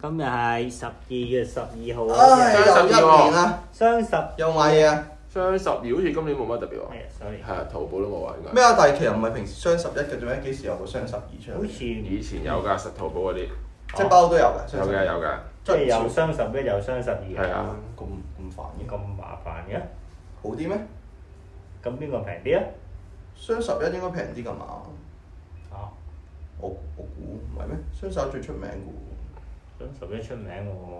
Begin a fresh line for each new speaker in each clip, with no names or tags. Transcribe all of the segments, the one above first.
今日係十二月十二號啊，
唉，
今日
又一年啦，
雙十係
又買嘢啊！
雙十二好似今年冇乜特別喎，
啊，sorry，
係啊，淘寶都冇啊，應該。
咩啊？但係其實唔係平時雙十一嘅做咩？幾時有個雙十二出
好
嚟？
似
以前有㗎，實淘寶嗰啲
即係包都有嘅，
有
雙十
嘅
一
有㗎，
即係有雙十一有雙十
係
二，
啊，
咁咁煩嘅，
咁麻煩嘅，
好啲咩？
咁邊個平啲啊？
雙十一應該平啲㗎嘛？
啊，
我我估唔係咩？雙十一最出名嘅
雙十一出名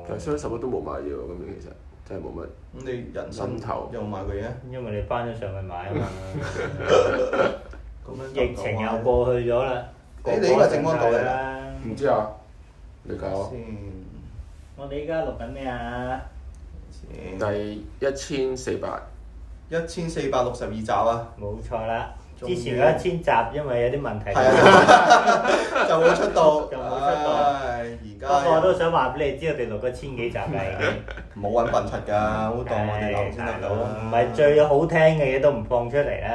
但係
喎，
雙十一都冇買嘢喎，今年其實真係冇乜。
喎，咁你人生
諗頭
又買過嘢？
因為你翻咗上去買啊 嘛，
咁樣就
疫情又
講
過去咗啦，個
誒
個
你呢個正安道嚟㗎
啦，
唔知啊，你搞
下
啊
先
我哋依家錄緊咩啊？
先，
第一千四百，
一千四百六十二集啊，
冇錯啦，
終於
之前嗰一千集因為有啲問題，
係啊， 就冇出到，
就冇出到
唉而
不過我
家
都想話俾你知，我哋錄咗千幾集啦已 經。
冇揾笨柒㗎，好當我哋流先得到啦，
唔嗯係最好聽嘅嘢都唔放出嚟啦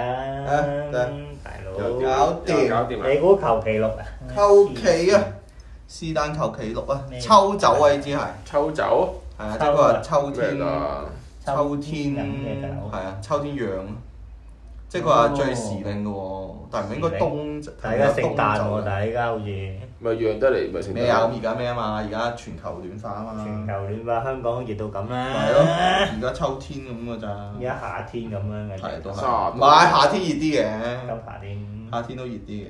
啊得，
大
又
佬。
搞掂
又搞掂
你
啦！
估求其錄啊？
求其啊，是但求其錄啊
咩，
抽走啊，呢支係。
抽走
係啊，即係佢話秋
咩
天，
㗎？
秋
秋天飲嘅
天
酒
係啊，秋天養，即係佢話
哦
最時令嘅喎，但係唔應該冬，
大家聖誕喎，
但
但係依家好似
咪讓得嚟咪聖
咩啊？
誕
咁而家咩啊嘛？而家全球暖化啊嘛，
全球暖化，香港熱到咁
係咯，
啦，
而家秋天咁嘅咋，
而家夏天咁樣嘅，
係都
咁
係，
三
唔係夏天熱啲嘅，
夏天
夏天都熱啲嘅。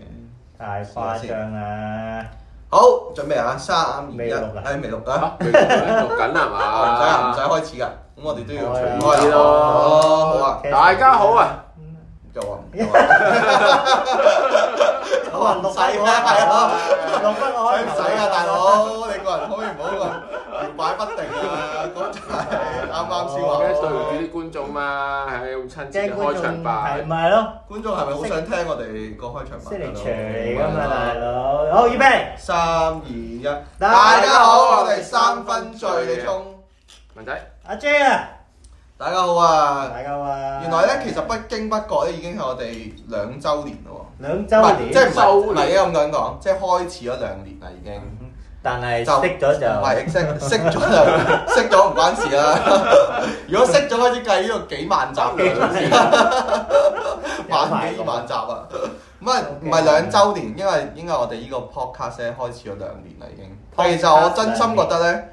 太誇張啦！
好，準備啊，三二一，
未錄啊
誒未錄啊，
嚇，你讀緊係
唔使啊，唔使
嘛？
開始㗎，咁我哋都要
開啊
開
開
啦，
咯
哦 好啊，
大家好 啊！
又話唔又話
好啊，錄曬我
係啊
啊，錄翻我
使唔使啊，大佬？你個人可唔可以唔好咁搖擺不定啊？嗰陣係啱啱先
我
話
驚對唔住啲觀眾嘛，係咁親切
驚
嘅
觀
開場
眾
白
係。咪咯？
觀眾係咪好想聽我哋個開場白？
識嚟除嚟㗎嘛，大佬。好，預備。
三二一，大家好，我哋三分醉你衝。
文仔，
阿 J 啊，
大家好啊！
大家啊。
原來咧，其實不經不覺咧，已經係我哋兩週年咯
兩
喎，唔
週
係
年，
即係唔係
週年
唔係咁樣講，即係開始咗兩年啦已經。
但係啊
就
識咗就
唔係 exact 識咗就 識咗唔關事啦。 如果識咗開始計呢度幾萬集嘅。 萬幾二萬集啊！唔係唔係兩週年，因為因為我哋呢個 podcast 咧開始咗兩年啦已經。但係其實我真心覺得咧，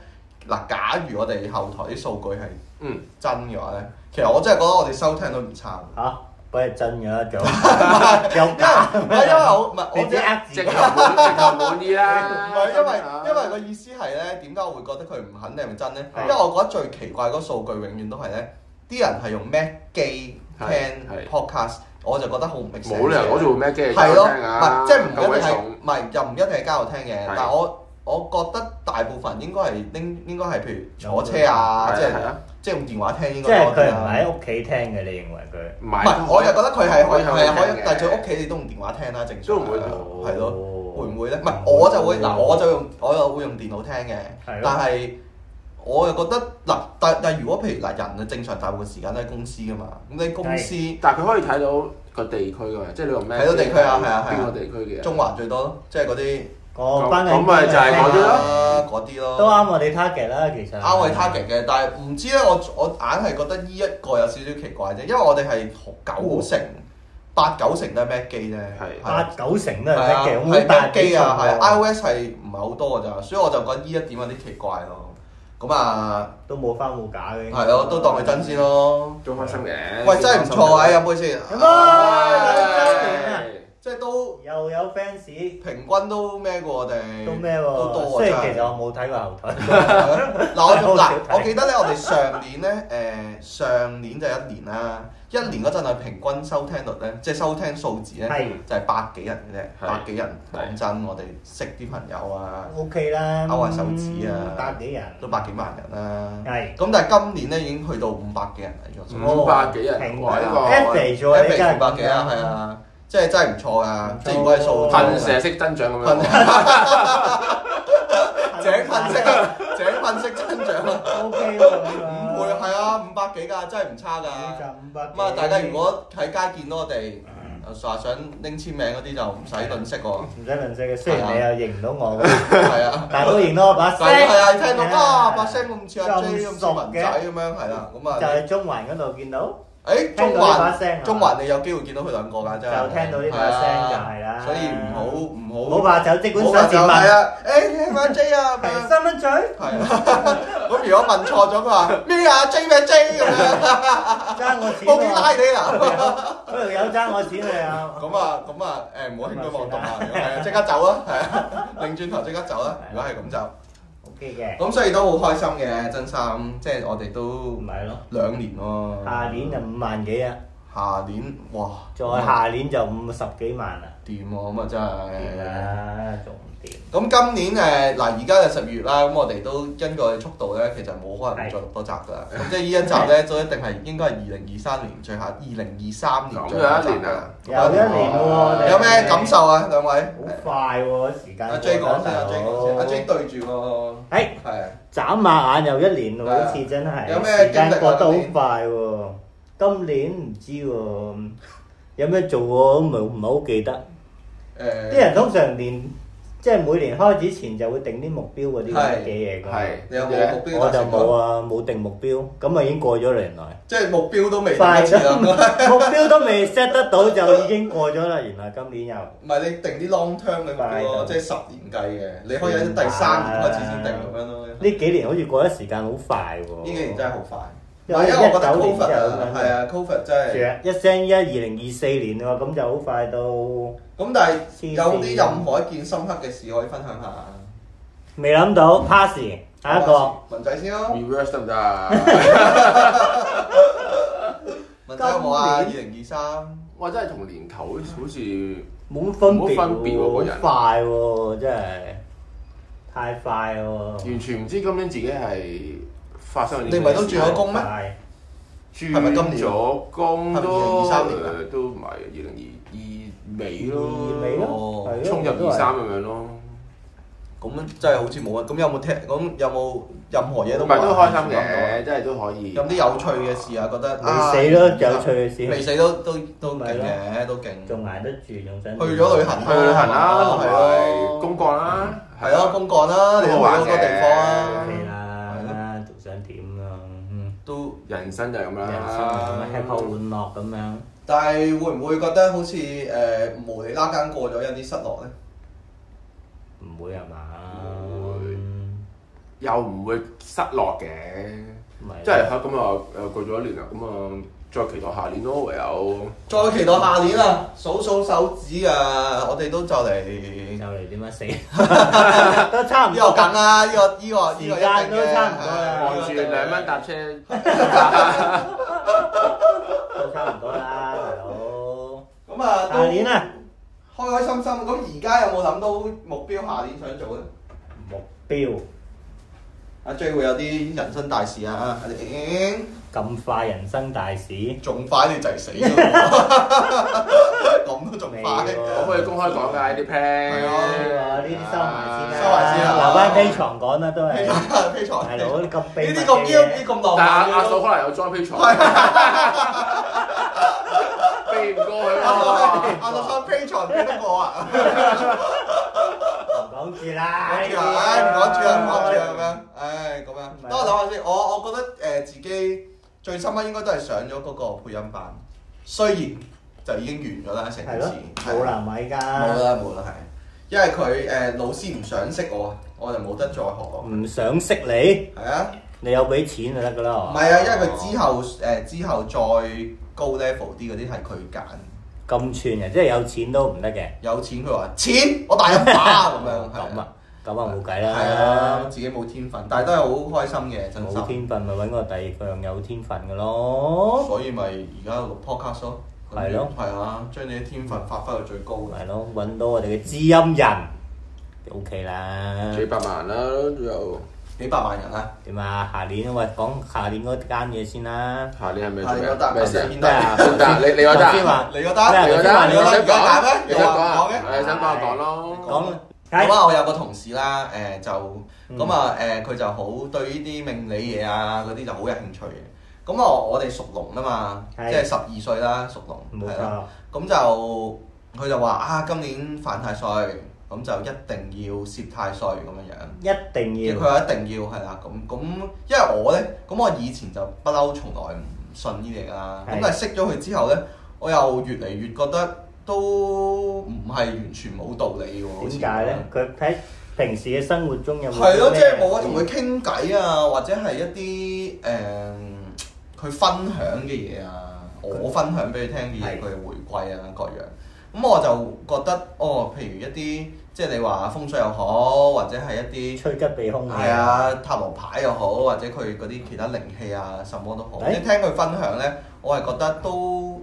嗱，假如我哋後台啲數據係
嗯，
真嘅話咧，其實我真係覺得我哋收聽都唔差嘅。
嚇，不係真嘅一種，有
因為
假
唔係因為我唔係我
你
只
只
唔
呃
直
自
頭
己。
滿直頭滿意啦。
係因為因為個意思係咧，點解我會覺得佢唔肯定係咪真咧？
啊係
因為我覺得最奇怪嗰個數據永遠都係咧，啲人係用 Mac 機聽
係係
podcast，我就覺得好唔 make sense
冇理由攞做咩機嚟
係咯，
聽
唔
啊！
係即係唔
咁
一
鬼
定係
重，
唔係又唔一定係交流聽嘅
係，
但係我我覺得大部分應該係應應該係譬如坐車啊，即係
係啊係啊
即係用電話聽應
即係
該多
佢
啲啊
唔
啦。
喺屋企聽嘅，你認為佢？
唔
唔係，我又覺得佢係可以
可以
係啊可
聽
以
嘅，
但係喺屋企你都用電話聽啦，正常
都唔會
係咯，會唔
會？
會咧？唔係我就會嗱，我就用我又會用電腦聽嘅，
係
但
咯
係。我又覺得嗱，但但如果譬如嗱，人啊正常大部分時間都喺公司噶嘛，咁你公司
但係佢可以睇到個地區㗎嘛，即係你用咩？
睇到地區啊係啊係啊
邊個地區嘅人？
中環最多咯，即係嗰啲
我翻嚟
咁咪就係嗰啲咯
啊嗰啲咯，
都啱我哋 target 啦，其實。
啱我哋 target 嘅，但係唔知咧，我我硬係覺得呢一個有少少奇怪啫，因為我哋係九成、八九成都係 Mac 機啫，
係
八九成都係 Mac
啊，
嘅，咁
係
好大
Mac
比
機
重
啊，
喎，
係 iOS 係唔係好多㗎咋，所以我就覺得呢一點有啲奇怪咯。咁啊，
都冇翻冇假嘅。
係咯，都當佢真先咯。
都開心嘅。
喂，真係唔錯啊！飲杯先，
飲啊
即係都
又有 fans。
平均都咩過我哋，
都咩
都多
喎？
啊
雖然
真係
其實我冇睇過後台，係
嗱
好
我
少睇
嗱，我記得咧，我哋上年咧，誒、上年就一年啦，一年嗰陣係平均收聽率咧，即係收聽數字咧，
係
就係百幾人嘅啫，
係
百幾人。
係
講真，我哋識啲朋友啊，
O K 啦，
勾下手指啊
百幾人
都百幾萬人啦。
係
咁但係今年咧已經去到五百幾人嚟咗，
五百幾人，
平
哇！
啊
呢
均
個
average 喎你真係
五百幾啊，係啊，即係真係唔錯啊！即係如果係數字
噴射式增長咁
噴
樣，
井噴式啊，井噴式增長啊，
O K 喎咁樣，
五倍係啊，五百幾㗎，真係唔差㗎。
五十五百幾
咁啊，大家如果喺街見到我哋誒、話想拎簽名嗰啲就唔使吝嗇喎。
唔使吝嗇嘅，雖然你又認唔到我，
係啊，
但係都認到我把聲。
但係係啊，聽到啊把聲咁似阿 J 咁
咁
似
熟
文仔咁樣，係啦，咁
就
啊，
係中環嗰度見到，
誒中
聽到呢
環
把聲啊，
中環你有機會見到佢兩個㗎，真係。啊
就聽到呢把聲就係啦。
所以唔好唔
唔
好
好怕走，即管
唔好
手
話
指
就係
問，
啊，誒你係咪阿 J 啊咁樣
係。三蚊嘴。
係啊，咁如果問錯咗，佢話咩啊 J 咩 J 咁 樣，
爭我錢
報警拉
喎！
你啦。
嗰度有爭我錢你啊！
咁啊，咁啊，誒唔好輕舉妄動啊，如果係啊，即刻走啦，係啊，擰轉頭即刻走啦。啊
啊
如果係咁就，
OK 嘅，
咁所以都好開心嘅，真心，即係我哋都
唔係咯，
兩年咯。
下年就五萬幾啊，
下年哇，
再下年就五十幾萬啦，
掂喎，咁啊真
掂
係。
啦，仲唔掂？
咁今年誒嗱，而家就十月啦，咁我哋都因個速度咧，其實冇可能再錄多集㗎啦。咁即係呢一集咧，都一定係應該係二零二三年最後，二零二三年
咁
最後一
樣一
集
年
㗎啦
啊。，
又一年咯
有咩感受啊？兩位？
好快喎，時間。
阿 J 講先，阿 J 講先，阿 J 對住個
誒，
係啊
眨下眼又一年喎，好似真係。時間過得好快喎，今年唔知喎，有咩做喎？唔係唔係好記得。啲
誒，
人通常年即係每年開始前就會定啲目標嗰啲咁嘅嘢㗎。
係
你有冇目標
我就
達成過
冇啊，冇定目標，咁啊已經過咗啦原來。
即係目標都未啊定
快
一次啦。
啦，目標都未 set 得到就已經過咗啦，原來今年又。
唔係你定啲 long term 嘅目標咯，
快
即係十年計嘅，你可以喺第三年開始先定咁樣咯。呢
呢幾年好似過得時間好快喎。
幾年真係好快，唔
因為
係因為我覺得
19年
Covid 啊，
就咁樣
係啊，Covid 真係。
一聲一二零二四年喎，咁就好快到
咁但係
黐線
有啲任何一件深刻嘅事可以分享下。
未諗到 pass 下一個。
文仔先咯，
reverse 得唔得 啊？
文仔有冇啊？二
今
零二三。
我真係同年頭好似好似
冇乜分別
冇乜分別喎個
喎，
人
好快喎，真係太快喎！
完全唔知今年自己係發生咗啲咩事。
你唔係都轉咗工咩？
快
轉
係咪今年
咗工
係咪2023
都
年啊
誒都唔係二零二二尾
二尾
咯，
咯，係咯
衝入二三，咁樣咯。
咁真係好似冇啊！咁有冇聽？咁有冇任何嘢都
唔係都開心
玩
嘅，真係都可以。
有啲有趣嘅事啊，覺得
未死咯，有趣嘅
未
事，
死都都都勁嘅，都勁。
仲捱得住，仲想
去咗旅行
去旅行啦，同
係啊
埋公幹啦，
係咯，公幹啦，你去好多地方
係
啊，
啦，仲想點啊？嗯
都。
人生就係咁樣
人生
啦
咁樣，吃喝玩樂咁樣，
但係會唔會覺得好似誒無厘啦更過咗有啲失落咧？
唔會係嘛？
唔會又唔會失落嘅。
唔係
即係嚇咁啊！誒過咗一年啦，咁啊再期待下年咯，唯有
再期待下年啦，數數手指啊！我哋都就嚟
就嚟點樣 死，都差唔
呢個
多
緊啦，呢個呢個呢個一定
時間都
嘅
差唔多啦
係啊
望住兩蚊搭車，
都差唔多啦，大佬。
咁啊，都
下年啊！
開開心心。咁而家有冇諗到目標下年想做咧？
目標
阿 J 會有啲人生大事啊！阿玲
咁快人生大事，
仲快你就係死咯， 咁都仲
未
快。
喎
可唔可以公開講㗎呢啲 plan？
係
呢啲
À.
收埋先啦，
收埋先啦
留翻 P 床講啦，都係
非常
大
呢
佬咁秘密
啲
嘅
咁嬌，呢啲
嘢，
咁浪
但阿
漫
阿嫂
嘅。
可能有 join Patreon，避唔過佢
阿嫂
咯。
阿嫂上 p a t r o 記得我啊！
唔講住啦，
講住啊，唉唔講住啊，唔講住啊
啊，
咁樣，唉咁樣。等我諗下先，我我覺得誒自己最深刻應該都係上咗嗰個配音班，雖然就已經完咗啦成
係
件
咯
事，，
冇難為
冇
㗎，
啦冇啦，係，因為佢誒、老師唔想識我，我就冇得再學咯。
唔想識你，
係啊，
你有俾錢就得㗎
唔
啦，
係啊，因為佢之後誒、之後再高 level 啲嗰啲係佢揀，
咁串人，即係有錢都唔得嘅，
有錢佢話錢我大一把咁樣，係
咁，啊，咁啊冇計
係啊，
啦，
自己冇天分，但係都係好開心嘅，真
冇
心。
天分咪揾個第二個樣有天分嘅咯，
所以咪而家錄 podcast 咯，
係咯，
係啊，將你啲天分發揮到最高嘅。
係咯，揾到我哋嘅知音人就 OK 啦。
幾百萬啦，又
幾百萬人啊！
點啊？下年喂，講下年嗰間嘢先啦。
下年係咪
下年
做
有得
咩咩事
下
啊？
年
咩啊？
得你你話得啊
頭先話
你覺
咩
得？
啊
你
你
覺
頭
覺得？
得
你
先
覺
話
得
你
而家大咩？講嘅？
你想講你想講就講咯。
講哎
咁
係
啊，我有個同事啦，誒、就
嗯
咁啊，誒佢、就好對呢啲命理嘢啊嗰啲就好有興趣嘅。咁啊，我哋屬龍啊嘛，
係
即係十二歲啦，屬龍
冇
係啦。
錯，
咁就佢就話啊，今年犯太歲，咁就一定要攝太歲咁樣樣。
一定要
佢話一定要係啦，咁咁，因為我咧，咁我以前就不嬲，從來唔信呢啲嘢㗎啦。咁
係
但係識咗佢之後咧，我又越嚟越覺得都唔係完全冇道理喎。好似
點解咧？佢喺平時嘅生活中有冇
係咯，
啲
即係
咩
冇啊，同佢傾偈啊，或者係一啲誒佢分享嘅嘢啊，我分享俾佢聽嘅嘢，
係
佢回饋啊各樣。咁我就覺得哦，譬如一啲即係你話風水又好，或者係一啲
趨吉避凶嘅
係，啊塔羅牌又好，或者佢嗰啲其他靈氣啊什麼都好，
誒
你聽佢分享咧，我係覺得都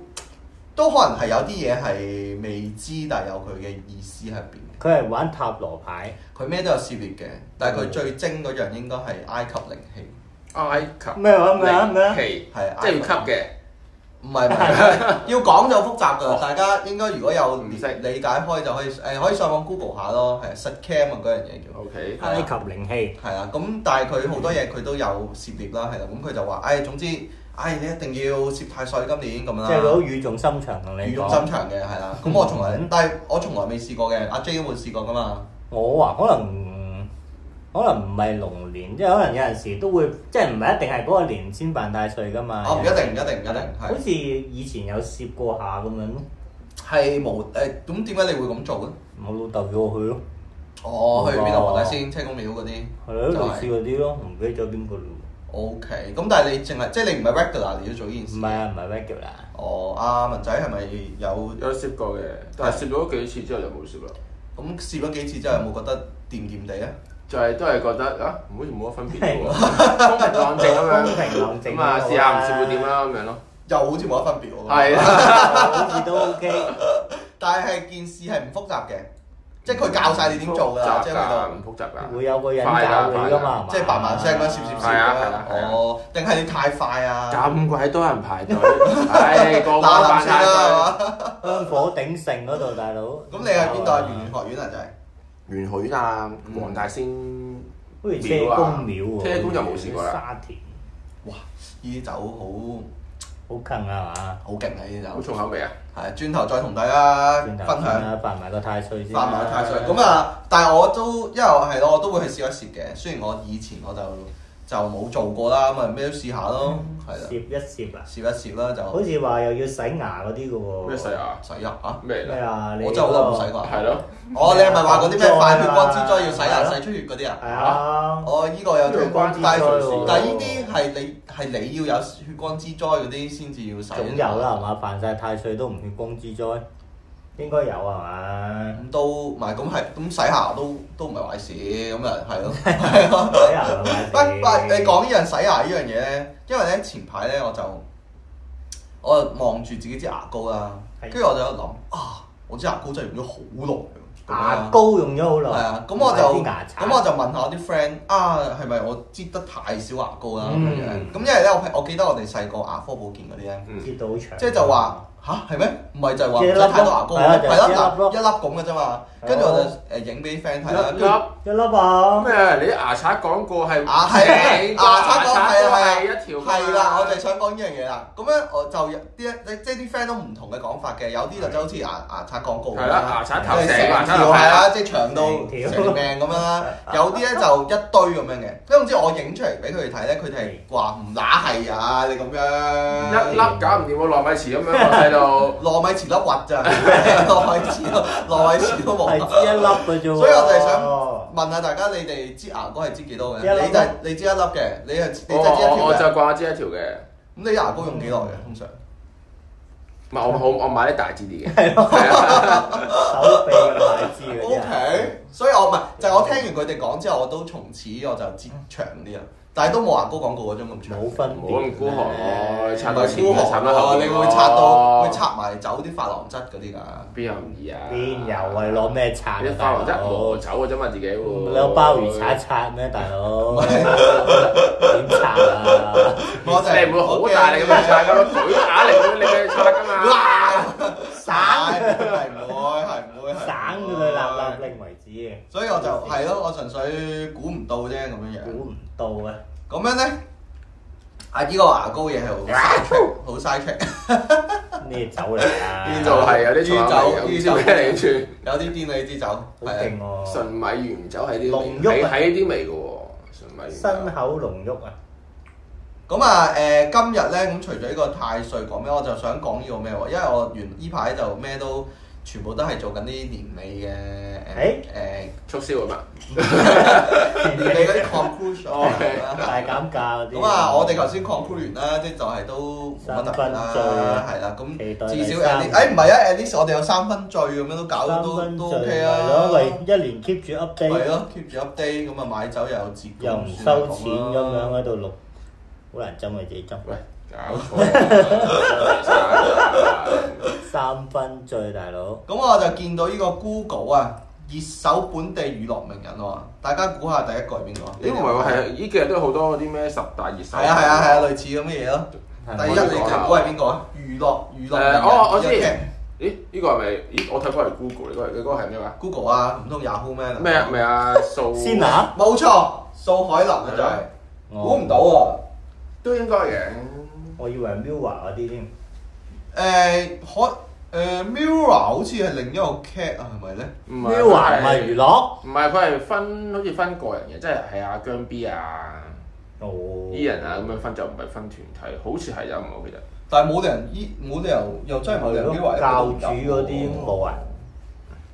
都可能係有啲嘢係未知，但係有佢嘅意思喺入邊。
佢係玩塔羅牌，
佢咩都有涉獵嘅，但係佢最精嗰樣應該係埃及靈氣，
埃及
咩話咩話咩話
奇，
係啊
即係要吸嘅。
唔係唔係， 要講就複雜㗎。大家應該如果有
唔
理
識
解開就可以誒，可以上網 Google 下咯，係 s c a m 啊嗰樣嘢叫。
O K，
埃及靈氣，
係啦，咁但係佢好多嘢佢都有涉獵啦，係啦，咁佢就話，唉、總之，唉、你一定要攝太歲今年咁
即
啦。
係佢好語重心長同你
語用
講
心。長嘅係啦，咁我從來，但係我從來未試過嘅，阿 J 會試過㗎嘛，
我啊，可能可能唔係龍年，即係可能有陣時都會，即係唔係一定係嗰個年先犯大歲噶嘛。
哦唔一定唔一定唔一定
嗯啊好
係
似以前有攝過下咁樣咯，
係冇誒，咁點解你會咁做咧？
我老豆叫我去咯，
哦，去邊度黃
哇
大仙、車公廟嗰啲。
係咯，
就係
類似嗰啲咯，唔記得咗邊個咯。
O K，咁但係你淨係即係你唔係 regular 你要做呢件
唔
事。
係啊，唔係 regular，
哦，阿文仔係咪有
有攝過嘅，但係攝咗幾次之後就冇攝啦。
咁試咗幾次之後有冇覺得掂掂地啊？
就係都係覺得啊，唔好似冇乜分別嘅 喎，風平浪靜咁
公
樣，
平冷靜
咁啊試下唔攝會點
啊？
啦咁樣咯。
又好似冇乜分別喎。
係啊，
好似都 OK，
但係件事係唔複雜嘅，即係佢教晒你點做㗎
唔複
啦，
雜
即係去
㗎，
到
唔複雜㗎。
會有個人教你噶嘛，係嘛
即係白萬聲嗰攝攝攝
係啊係啊
啦。
係啊
哦，定係你太快啊？
咁鬼多人排隊，唉，個個
嗱嗱
扮
聲啦，係嘛？
香火鼎盛嗰度，大佬。
咁你係邊度啊？圓玄學院啊，就係。
元許啊，黃大仙，
好似車
啊
公廟喎，
車公就冇試過啦
沙田
呢啲酒好
好近啊嘛，
好勁啊！呢啲
好
酒
重口味啊！
係轉頭再同大家
轉頭
分享
先。啦，犯埋個太歲先啦，
犯埋太歲。咁啊，但係我都因為係咯，我都會去試一試嘅。雖然我以前我就就冇做過啦，咁啊咩都試下咯，
嗯
係啦，
攝一攝啊，
試一試啦
好
就
似話又要洗牙嗰啲嘅喎，
咩細啊？
洗入啊！
咩
咩
嚟？
啊？你
我真係好耐冇洗
過，
過。
係咯，
哦，你係咪話嗰啲咩快血光之災要洗
啊係
牙
咯
洗出血嗰啲
係
啊？
啊，
我依個有聽過，
血光之災
但係
喎
但係呢啲係你係你要有血光之災嗰啲先至要洗。啊
總有啦係嘛？犯晒太歲都唔血光之災，應該有啊係嘛？
咁都唔係咁係咁洗牙都都唔係壞事，咁啊係咯，係咯。
洗牙係咪 先
喂喂，你講呢樣洗牙呢樣嘢咧，因為咧前排咧我就我就望住自己支牙膏啦，
係
跟住我就有諗啊，我支牙膏真係用咗好耐咁樣啦
牙膏用咗好
係
耐，
啊，咁我
買
就
啲牙刷
咁我就問下我啲 friend 啊，係咪我擠得太少牙膏啊啦咁樣
嗯？
咁因為咧我我記得我哋細個牙科保健嗰啲咧，
嗯，
接到好長，
即係就話。吓係咩？唔係就係話唔
一
使
粒咯
太多牙膏，
係啊就係
係
一粒
咯
咯哦
嗱，一粒咁嘅啫嘛。跟住我就誒影俾啲 friend 睇啦，跟
一
住
粒
粒啊，
咩啊？你啲牙刷廣告係
啊係啊
成個
牙刷講係啊
係
係
一條㗎嘛
係啦，我就係想講呢樣嘢啦。咁咧我就有啲即係啲 friend 都唔同嘅講法嘅，有啲就真係好似牙牙刷廣告咁
係
樣
啦，
啦，
牙刷
即
頭
係
成個
成
牙刷
條
頭
係
係啦，
啦，即係長到
成條
成命咁樣啦。有啲咧就一堆咁樣嘅，因為總之我影出嚟俾佢哋睇咧，佢哋係話唔乸係啊，你咁樣
一粒搞唔掂喎，糯米糍咁樣喎細路。
糯米糍粒核咋，糯米糍咯，糯米糍都冇
係。知一粒嘅啫喎，
所以我就係想問下大家，你哋支牙膏係支幾多嘅？
一粒
你就係你支一粒嘅，你係你
我
就支一條
我我
嘅
哦就。掛支一條嘅，
咁你牙膏用幾耐嘅？通常
唔係我好我買啲大支啲嘅。
手臂咁大支嘅啫。
O K，所以我唔係就係我聽完佢哋講之後，我都從此我就知長啲啦，但係都冇牙膏廣告嗰種咁長。
冇分別，
唔好咁孤寒喎，
唔
拆到
係
前
孤
面，拆
寒
到後哦
喎，啊哦
面
你
喎
會拆到會拆埋走啲珐琅質嗰啲㗎。
邊有唔易啊？
邊有啊？你攞咩刷啊
啲
大
花
佬？
王真係磨走啊嘅啫嘛，自己會。
你攞鮑魚刷一刷咩，大佬？點刷啊？
我就係
你唔會好大力咁樣刷噶嘛，舉下嚟咁你咪刷噶嘛。
省係唔會係唔會
省
係
到佢立立令為止嘅，
所以我就係咯，我純粹估唔到啫咁樣樣。
à. 估唔到啊！
咁樣咧，啊！呢個牙膏嘢係好嘥 check，好嘥 check，
呢酒嚟啊，
呢
就係有啲
呢
藏
酒
唔知咩嚟住。
有啲癲你支酒，
好
係啊
勁喎，
純米原酒係啲
濃
味，
郁
喺
啊
喺啲味嘅喎，純米原
新
酒。
口濃郁啊，
咁啊誒，今日咧咁除咗呢個太歲講咩，我就想講呢個咩喎，因為我原呢排就咩都全部都係做緊啲年尾嘅
促銷啊嘛，
誒誒年尾嗰 啲 conclusion
哦
啦。
大減價嗰啲。
咁啊，我哋頭先 conclude 完啦，即係就係都冇乜特
三分
別
醉
啦
啊，
係啦，
期
咁
待
至
第
少
三
at least，誒唔係啊，at least 我哋有三分醉咁樣都搞
三
到都
分
都
醉
OK
咪咯，為
啊，
一年 keep 住
係
update，
咯，keep 住 update，咁啊買酒又有折，
又唔
咁算
收
係咁啦
錢咁樣啊喺度錄，好難針佢自己針。
喂，搞錯 啊，
三分醉大佬，
咁我就見到呢個 Google 啊，熱搜本地娛樂名人喎，大家估下第一個係邊個？啊
因為我係呢幾日都好多嗰啲咩十大熱搜。
係啊係啊係啊，類似咁嘅嘢咯。
係
第一你估係邊個啊？娛樂娛樂名人
誒，我我知
呢個 tag。
咦？呢個係咪？咦？我睇過係 Google，呢個呢個係咩話？
Google 啊，唔通 Yahoo 咩？
咩啊？咪啊，數
先拿，
冇錯，素海霖啊就係、估唔到啊
哦
喎。
都應該嘅。
我以為 Miwa 嗰啲添，
誒、可誒、Mirror 好似係另一個 cat 啊，係咪咧？
唔
Miwa 唔係娛樂，
唔係，佢係分好似分個人嘅，即係係阿姜 B 啊、
哦，
伊人啊咁樣分，就唔係分團體，好似係有唔好記得。
但係冇人依冇理由又真係冇理由 Mirror
教主嗰啲冇啊，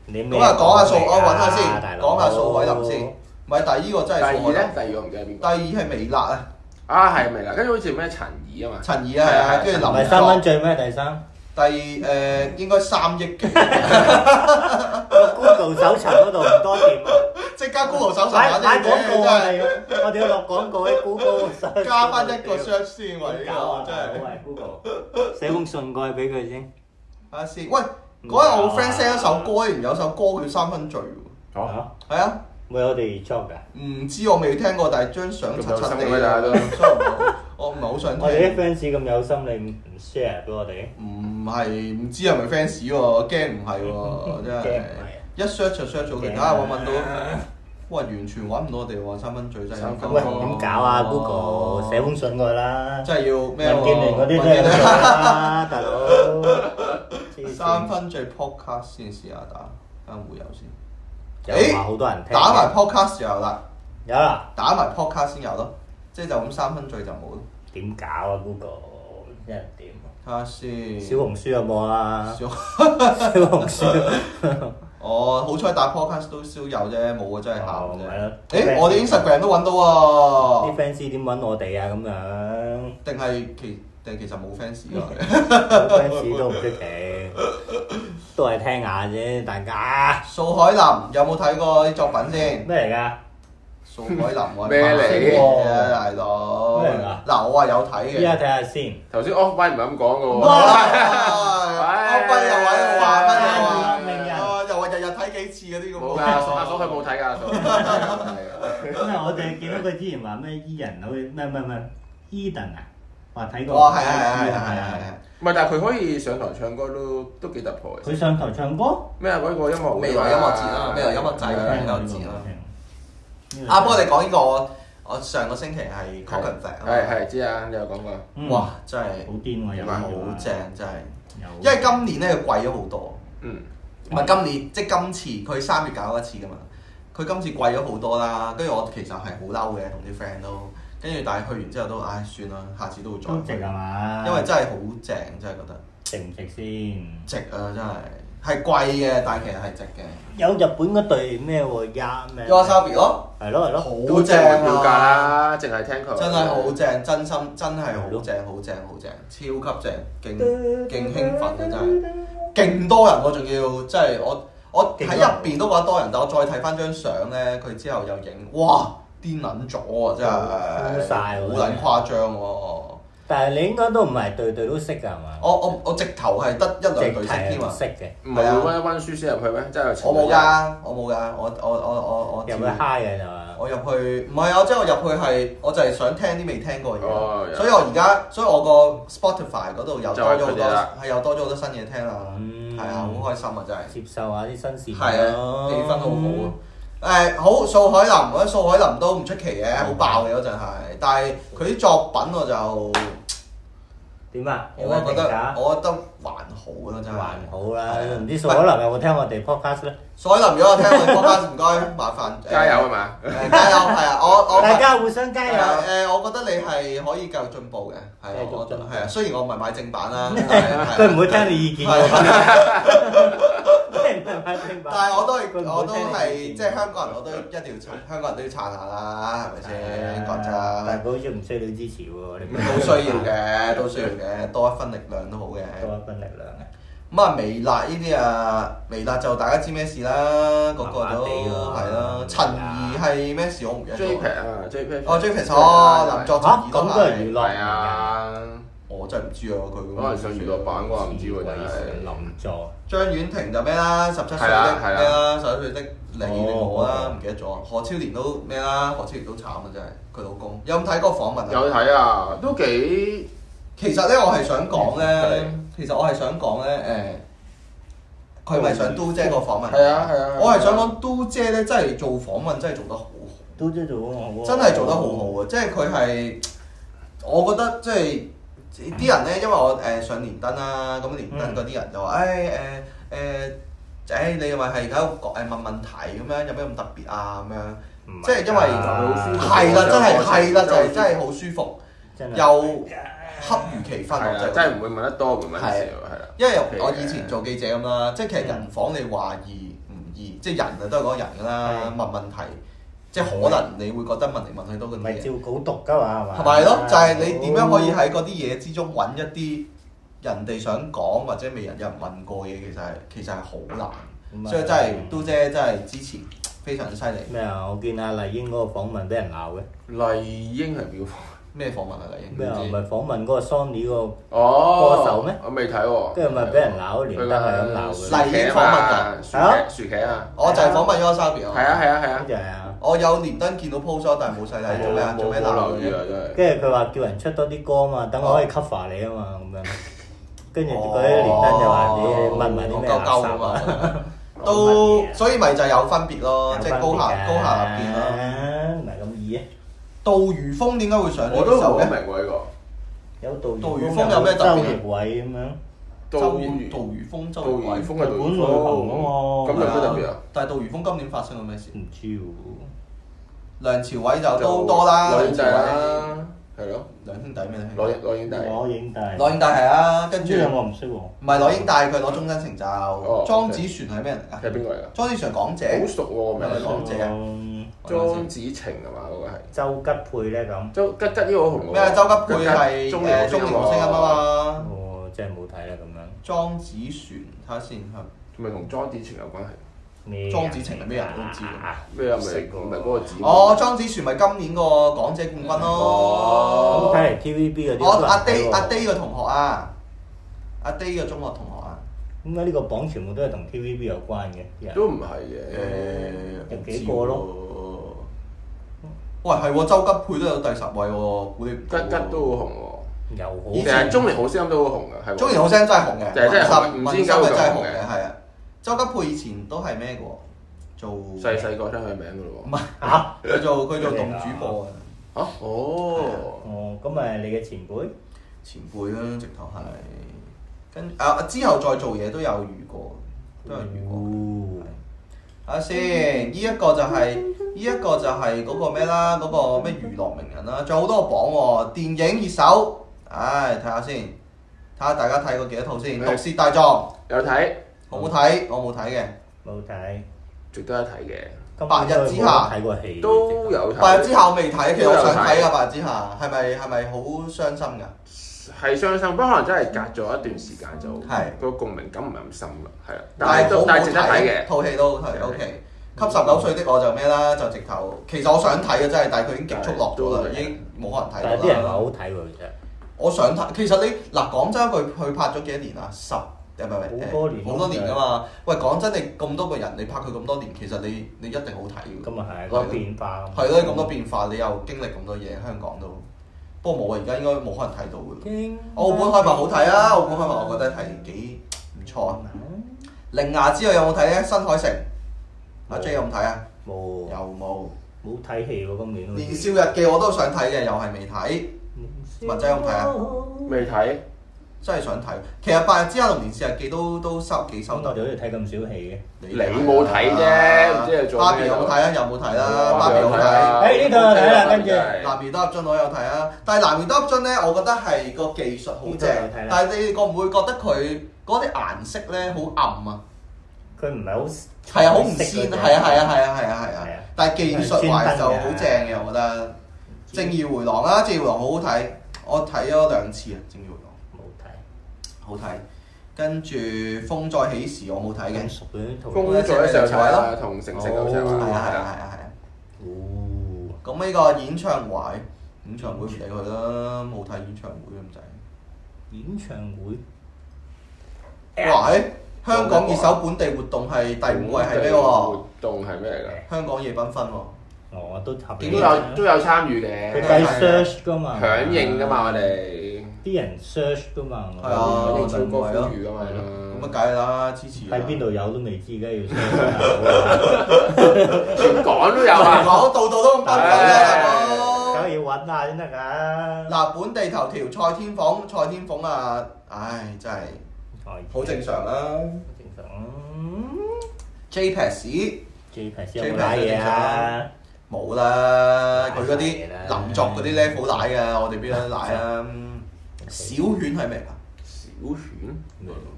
你咩
咁啊，講下數，
嚟㗎
我揾下先
大，佬
講下數海霖先。唔係，但係依個
第
真係
二
數海霖
咧，。第二我唔記得邊
第
個。
二係微辣啊，
啊，係咪啦？跟住好似咩陳怡啊嘛。
陳怡啊，係啊，跟住
唔
林
係三蚊
作，
醉咩？第三
第
嗯
誒應該 三億幾，
，Google 搜尋嗰度唔多掂啊。
即加 Google 手
買
上
買
買啲
廣告
嘢
啊！
真
係啊，我哋要落廣告喺 Google
係加翻一個 search 先喎，呢
搞啊！
個真係。
係 Google 寫封信過去俾佢先。
睇下先，喂，嗰日
啊
我 friend send 一首歌，然有首歌叫《三分醉》喎，
哦，
嚇，
係啊。
會有地 job 㗎。
唔知我未聽過，但係張相
咁
柒
有
柒
心
地啊
嘅大家都
所以我唔係好想
我哋啲
聽。
fans 咁有心，你唔 share 俾我哋？
唔係唔知係咪 fans 喎，驚唔 係喎，真
驚
係
唔係啊
一 search 就 search 到嘅，睇下揾唔揾到。哇！完全揾唔到我哋喎，三分醉真係
三分
喂，
喂
點搞啊？Google 寫封信過去啦。
真係要哦咩
民建聯嗰
喎？
啲都有做啦，大佬。黐線
三分醉 podcast 先試下打，睇下會有先。
有話好多人聽。
打埋 podcast 就有啦，
有啦。
打埋 podcast 先有咯，即係就咁三分醉就冇咯。
點搞啊？Google 一人點啊？
睇下先。
小紅書有冇 啊？
小
小紅書。
哦，好彩打 podcast 都少有啫，冇啊真係
哦咪咯
喊啫。誒，我哋 Instagram 都揾到喎
啲，fans 點揾我哋啊？咁樣
定係其定係其實冇 fans 㗎。
fans 都唔出奇， 都係聽下啫。大家
蘇海林有冇睇過啲作品先？
咩嚟㗎？
蘇海林我係
咩嚟
白色嘅大佬
咩嚟㗎？
嗱，我係有睇
依家
嘅。
睇下先。
頭先 off 唔係 咁講嘅
哇！
喎。
阿斌又話又話，
哎
斌
名
又
人
話，啊又話日日睇幾次嗰啲咁
冇
喎。
㗎，阿嫂佢冇睇㗎，阿嫂佢 冇睇㗎。
咁啊，我哋見到佢之前話咩伊人好似咩咩咩 Eden 啊，話睇過。
哦，係係係係係係係。
唔係，但係佢可以上台唱歌都都幾突破嘅。
佢上台唱歌。
咩啊？嗰個音樂會啊
未來音樂節啊未來音樂祭
聽
啊
過呢個
有字啦
聽過
啊，不過你講呢個，我我上個星期係 c o c k i n
係係知啊，你有講過。
嗯
哇！真係
好癲喎，有
好
有啊
正真係，
有
因為今年咧貴咗好多，
嗯，
唔係今年即係今次佢三月搞一次噶嘛，佢今次貴咗好多啦。跟住我其實係好嬲嘅，同啲 friend 都，跟住但係去完之後都唉算啦，下次都會
都值
再去
係，嘛？
因為真係好正，真係覺得
值唔值先？
值啊！真係係貴嘅，但係其實係值嘅。
有日本嗰隊咩喎？Ya 咩？
Yosabi 咯，
係咯係咯，
嗯
好正
要
啊！
價啦，淨係聽佢。
真係好正，真心真係好正，好正，好正，超級正，勁勁興奮啊！真係。勁多人我仲要即係我我喺入邊都覺得多人，但我再睇翻張相咧，佢之後又影，哇癲撚咗啊！真係
癲晒喎
好撚誇張喎！
但係你應該都唔係對對都識㗎係嘛？
我我我直頭係得一兩
直
對識
係
添
唔
啊！
識嘅，
唔係會温温書先入去咩？真係
我冇。㗎，我冇㗎，我我我我我
入去嗨嘅就嘛？
我入去唔係啊！即係我入去係，我就係想聽啲未聽過嘅
哦
嘢，
有
所以我而家，所以我個 Spotify 嗰度又
就
多
係
咗好
佢
多，
哋啦
係又多咗好多新嘢聽啦，
嗯
係啊，好開心啊！真係。
接受下啲新事物
係啊，氣氛好好啊
咯。！
誒好數海林，我覺得數海林都唔出
嗯
奇嘅，好爆嘅嗰陣係，但係佢啲作品我就
點啊？有
我
咩
覺
評
得
價？
我覺得還好啦，真係。
還好啦，唔知數可能有冇聽我哋 podcast 咧？
數海林，如果我聽我哋podcast，唔該麻煩。誒
加油係！嘛？
誒加油！係啊，我我
大家互相 加
誒
油。
我覺得你係可以繼續進步嘅，係
繼續
我覺得
進步
係啊。雖然我唔係買正版 啦，但係係啊
佢唔會聽你意見
係啊但
但
係我都係我都係即係香港人，我都一定要撐香港人都要撐下啦，係咪
啊
先？講真
但。係佢好似唔需要你支持喎，你
都需要嘅，都需要嘅，多一分力量都好嘅。
多一份力量嘅。
咁啊，微辣呢啲啊，微辣就大家知咩事啦，個個
麻麻
都
地咯
係啦。陳怡係咩事我唔記得
J
咗
p。啊，J p
哦，J 皮錯，林作
嚇
陳怡都
咁都係娛
係，
樂
係啊，
我真係唔知啊佢。
可能上娛樂版啩，唔知喎真係。
林座
張婉婷就咩啦，十七歲
係
的
啊係啊
咩啦，十七歲的你定我啦
哦，
唔記得咗。何超蓮都咩啦，何超蓮都慘啊真係，佢老公。有冇睇過訪問啊？
有睇啊，都幾
其實咧，我係想講咧
嗯係，
其實我係想講咧，誒，佢咪上都姐個訪問，
係啊係啊係啊
我係想講都姐咧，真係做訪問真係做得好好，
都真做得好喎，
真係做得好好啊！即係佢係，我覺得即係。啲人咧，因為我誒、上連登啦，咁連
嗯
登嗰啲人就話：誒誒誒，誒你咪係喺度講誒問問題咁樣，有咩咁特別啊？咁樣
唔係㗎，
即係因為係
係
啦，真係係啦，就
真係
係真係好舒服，
真係
又恰如其分，
係
我
啊，
就
真係唔會問得多，唔會問得少，係啦。啊
因為我以前做記者咁啦，即係其實人訪你話易唔易，即係人啊都係講人㗎啦，
係
問問題，即係可能你會覺得問嚟問去都嗰
唔
啲
係
嘢，
照稿讀㗎嘛，係嘛？
係咪咯？就係你點樣可以喺嗰啲嘢之中揾一啲人哋想講或者未人有人問過嘅嘢，其實係其實係好難，
咁啊
所以真係都姐真係支持，非常犀利。
咩啊？我見阿麗英嗰個訪問俾人鬧嘅，
麗英係表
咩訪問啊？你
咩啊？咪訪問嗰個 Sony 嗰
哦
歌手咩
我未睇喎。
個，跟住咪俾人鬧，連登係咁鬧
嗱
嘅，
麗英訪問㗎
薯茄啊薯茄啊，
我哦就係訪問 y o s a b i
係啊係啊係
跟
啊
住，係啊。
我哦有連登見到 post 咗但係冇細睇做咩啊？
冇
做咩
冇
鬧
留意
嘅
啊？真係。
跟住佢話叫人出多啲歌嘛，等我可以 cover 你啊嘛，咁樣。跟住嗰啲
Ờ.
連登就話你問埋啲咩
哦
垃圾 啊，
都所以咪就有分別
Dạ,
咯，即係高下
有分別㗎
高下立見咯。，
唔係咁易啊。
杜如風點解會上
我
咗
都
呢
唔
首
好明
嘅？
喎呢
有杜
杜如
風
風有咩特別啊
周奕偉咁樣，
個。
周
杜如
杜如風周
杜如
圍
風係杜
日本
如
女
風
朋啊嘛
咁有咩特別啊？？
但係杜如風今年發生咗咩事？
唔知喎。
梁朝偉就都多啦，
攞
梁
影帝
朝偉
啦，係咯，
兩兄弟咩咧？
攞影攞影帝。
我影帝，
攞影帝係啊，跟住
呢樣
唔
我唔識喎。
係攞影帝，佢攞終身成就。莊
OK
子璇哦係咩人啊
係？邊個嚟㗎？
莊子璇港
好
姐，
熟喎個名
係咪
講
講。謝啊
嗯
莊子晴係嘛？嗰個係。
周吉佩咧咁，
周吉吉呢個好紅喎。
咩啊？周吉佩係
吉
誒
吉
中
年
年好聲音啊嘛。
我哦真係冇睇啦咁樣。
莊子璇睇下先係。
咪同莊子晴有關係？
咩啊
莊子晴係咩人都知嘅
咩啊？咪
識喎
唔係嗰個子喎。
哦，莊子璇咪今年個港姐冠軍
咁
哦
咯。
啊睇嚟 TVB 嗰啲
我
都
哦阿
難睇
Day
喎
阿 Day 嘅同學啊，阿 Day 嘅中學同學啊。
點解呢個榜全部都係同 TVB 有關嘅？啲人
都唔係嘅。
誒
有幾個
咯？喂，係喎，周吉佩都有第十位喎，估你唔到
吉
喎
吉都好
又好
紅
以
喎，
前
成日中年好聲音都好紅㗎，係喎。
中哦年好聲真係紅嘅，
就係真係紅
文
唔知
心
點解
係
會
真係
咁
紅
紅
嘅，
嘅
係啊。周吉佩以前都係咩嘅喎？做
細細個聽佢名㗎
唔
咯
係
嚇
佢做佢做動主播啊，
喎。嚇哦，
哦，咁咪你嘅前輩
前輩啦，直頭係。跟啊之後再做嘢都有遇過，都有遇過。
嗯
哦
睇下先，呢一個就係呢一個就係嗰個咩啦，嗰、個咩娛樂名人啦，仲有好多個榜喎、電影熱搜，唉，睇下先，睇下大家睇過幾多套先，《
係
毒舌大狀》
有睇，
好唔好
嗯
睇？我冇睇嘅，
冇睇，
值得一睇嘅，
今
白日之下
睇過戲
都有睇。
《白日之下》我未睇，其實我想睇
都有
啊，《
睇
白日之下》係咪係咪好傷心㗎？
係傷心，不過可能真係隔咗一段時間就
係
個共鳴感唔係咁深啦，係啊，但係都
好好
但係值得睇嘅。
套戲都好睇啊
係
，OK。給十九歲的我就咩啦，就直頭，其實我想睇嘅真係，但係佢已經極速落咗啦，
但係
已經冇可能
但
睇到啦。
係啲人話好睇喎，其實
我想睇，其實你嗱講真一句，佢拍咗幾多年啊？十誒唔係唔係
好多年
好多年㗎嘛。喂，講真，你咁多個人，你拍佢咁多年，其實你你一定好睇㗎。
咁啊係嗰個變化
係咯，咁多變化，你又經歷咁多嘢，香港都不過冇啊，而家應該冇可能睇到㗎啦。
驚
澳本開拍好睇啊！澳本開拍我覺得係幾啊唔錯啊。《鈴芽之後》有冇睇咧？新海誠阿
冇
J 有冇睇啊？
冇
又
喎
冇。
冇睇戲喎，今年好似
年少日記我都想睇嘅，又係未睇，文仔有冇睇啊
未睇，
真係想睇。其實白日之下同年少日記都都收幾收
咁
得
我哋。好似睇咁少戲嘅。
你
你冇睇啫唔知你做咩
芭比有冇睇啊？有冇睇
哦
啦？芭比有冇睇？
啊
誒呢度有睇啦跟住
南面多粒樽我有睇啊，但係南面多粒樽咧，我覺得係個技術好
呢度
正
有睇啦，
但係你哋覺唔會覺得佢嗰啲顏色咧好暗啊？
佢唔係好
係啊，好唔鮮，係啊，係啊，係啊，係啊，係啊
係啊。
但係技術
係
懷
專登
就
嘅
好正嘅，我覺得。正義回廊啦，正義回廊好好睇，我睇咗兩次啊，正義回廊
冇睇，
好睇。跟住風再起時我冇睇嘅
咁，熟嘅套。
公咗上台啦，同成成有上
係啊係啊
啦，係啊。
係啊係啊。
哦，
咁呢個演唱會，演唱會唔理佢啦，冇睇演唱會咁滯。
演唱會
喂，香港熱手本地活動係第五位係咩喎
活？動係咩嚟
香港夜繽紛喎，
我都合
㗎？
理
都有都有參與
佢
嘅，
計 search 噶嘛，
響應㗎嘛，我哋
啲人 search 噶嘛，
係啊
哦
響應超過呼籲㗎嘛。嗯
咁啊梗係啦，支持啦
喺邊？度有都未知，梗係要 search 啦
全港都有啊！
我哦度度都咁崩緊
梗
啦，
係要揾下先得㗎。
嗱，本地頭條蔡天鳳，蔡天鳳啊，唉，真係好正，常啦。E
正常啊。
JPEX
J 平先有冇打嘢啊？
冇啦，佢嗰啲林作嗰啲 level 奶嘅，我哋邊有得奶啊？
嗯
小犬係咩啊？
小犬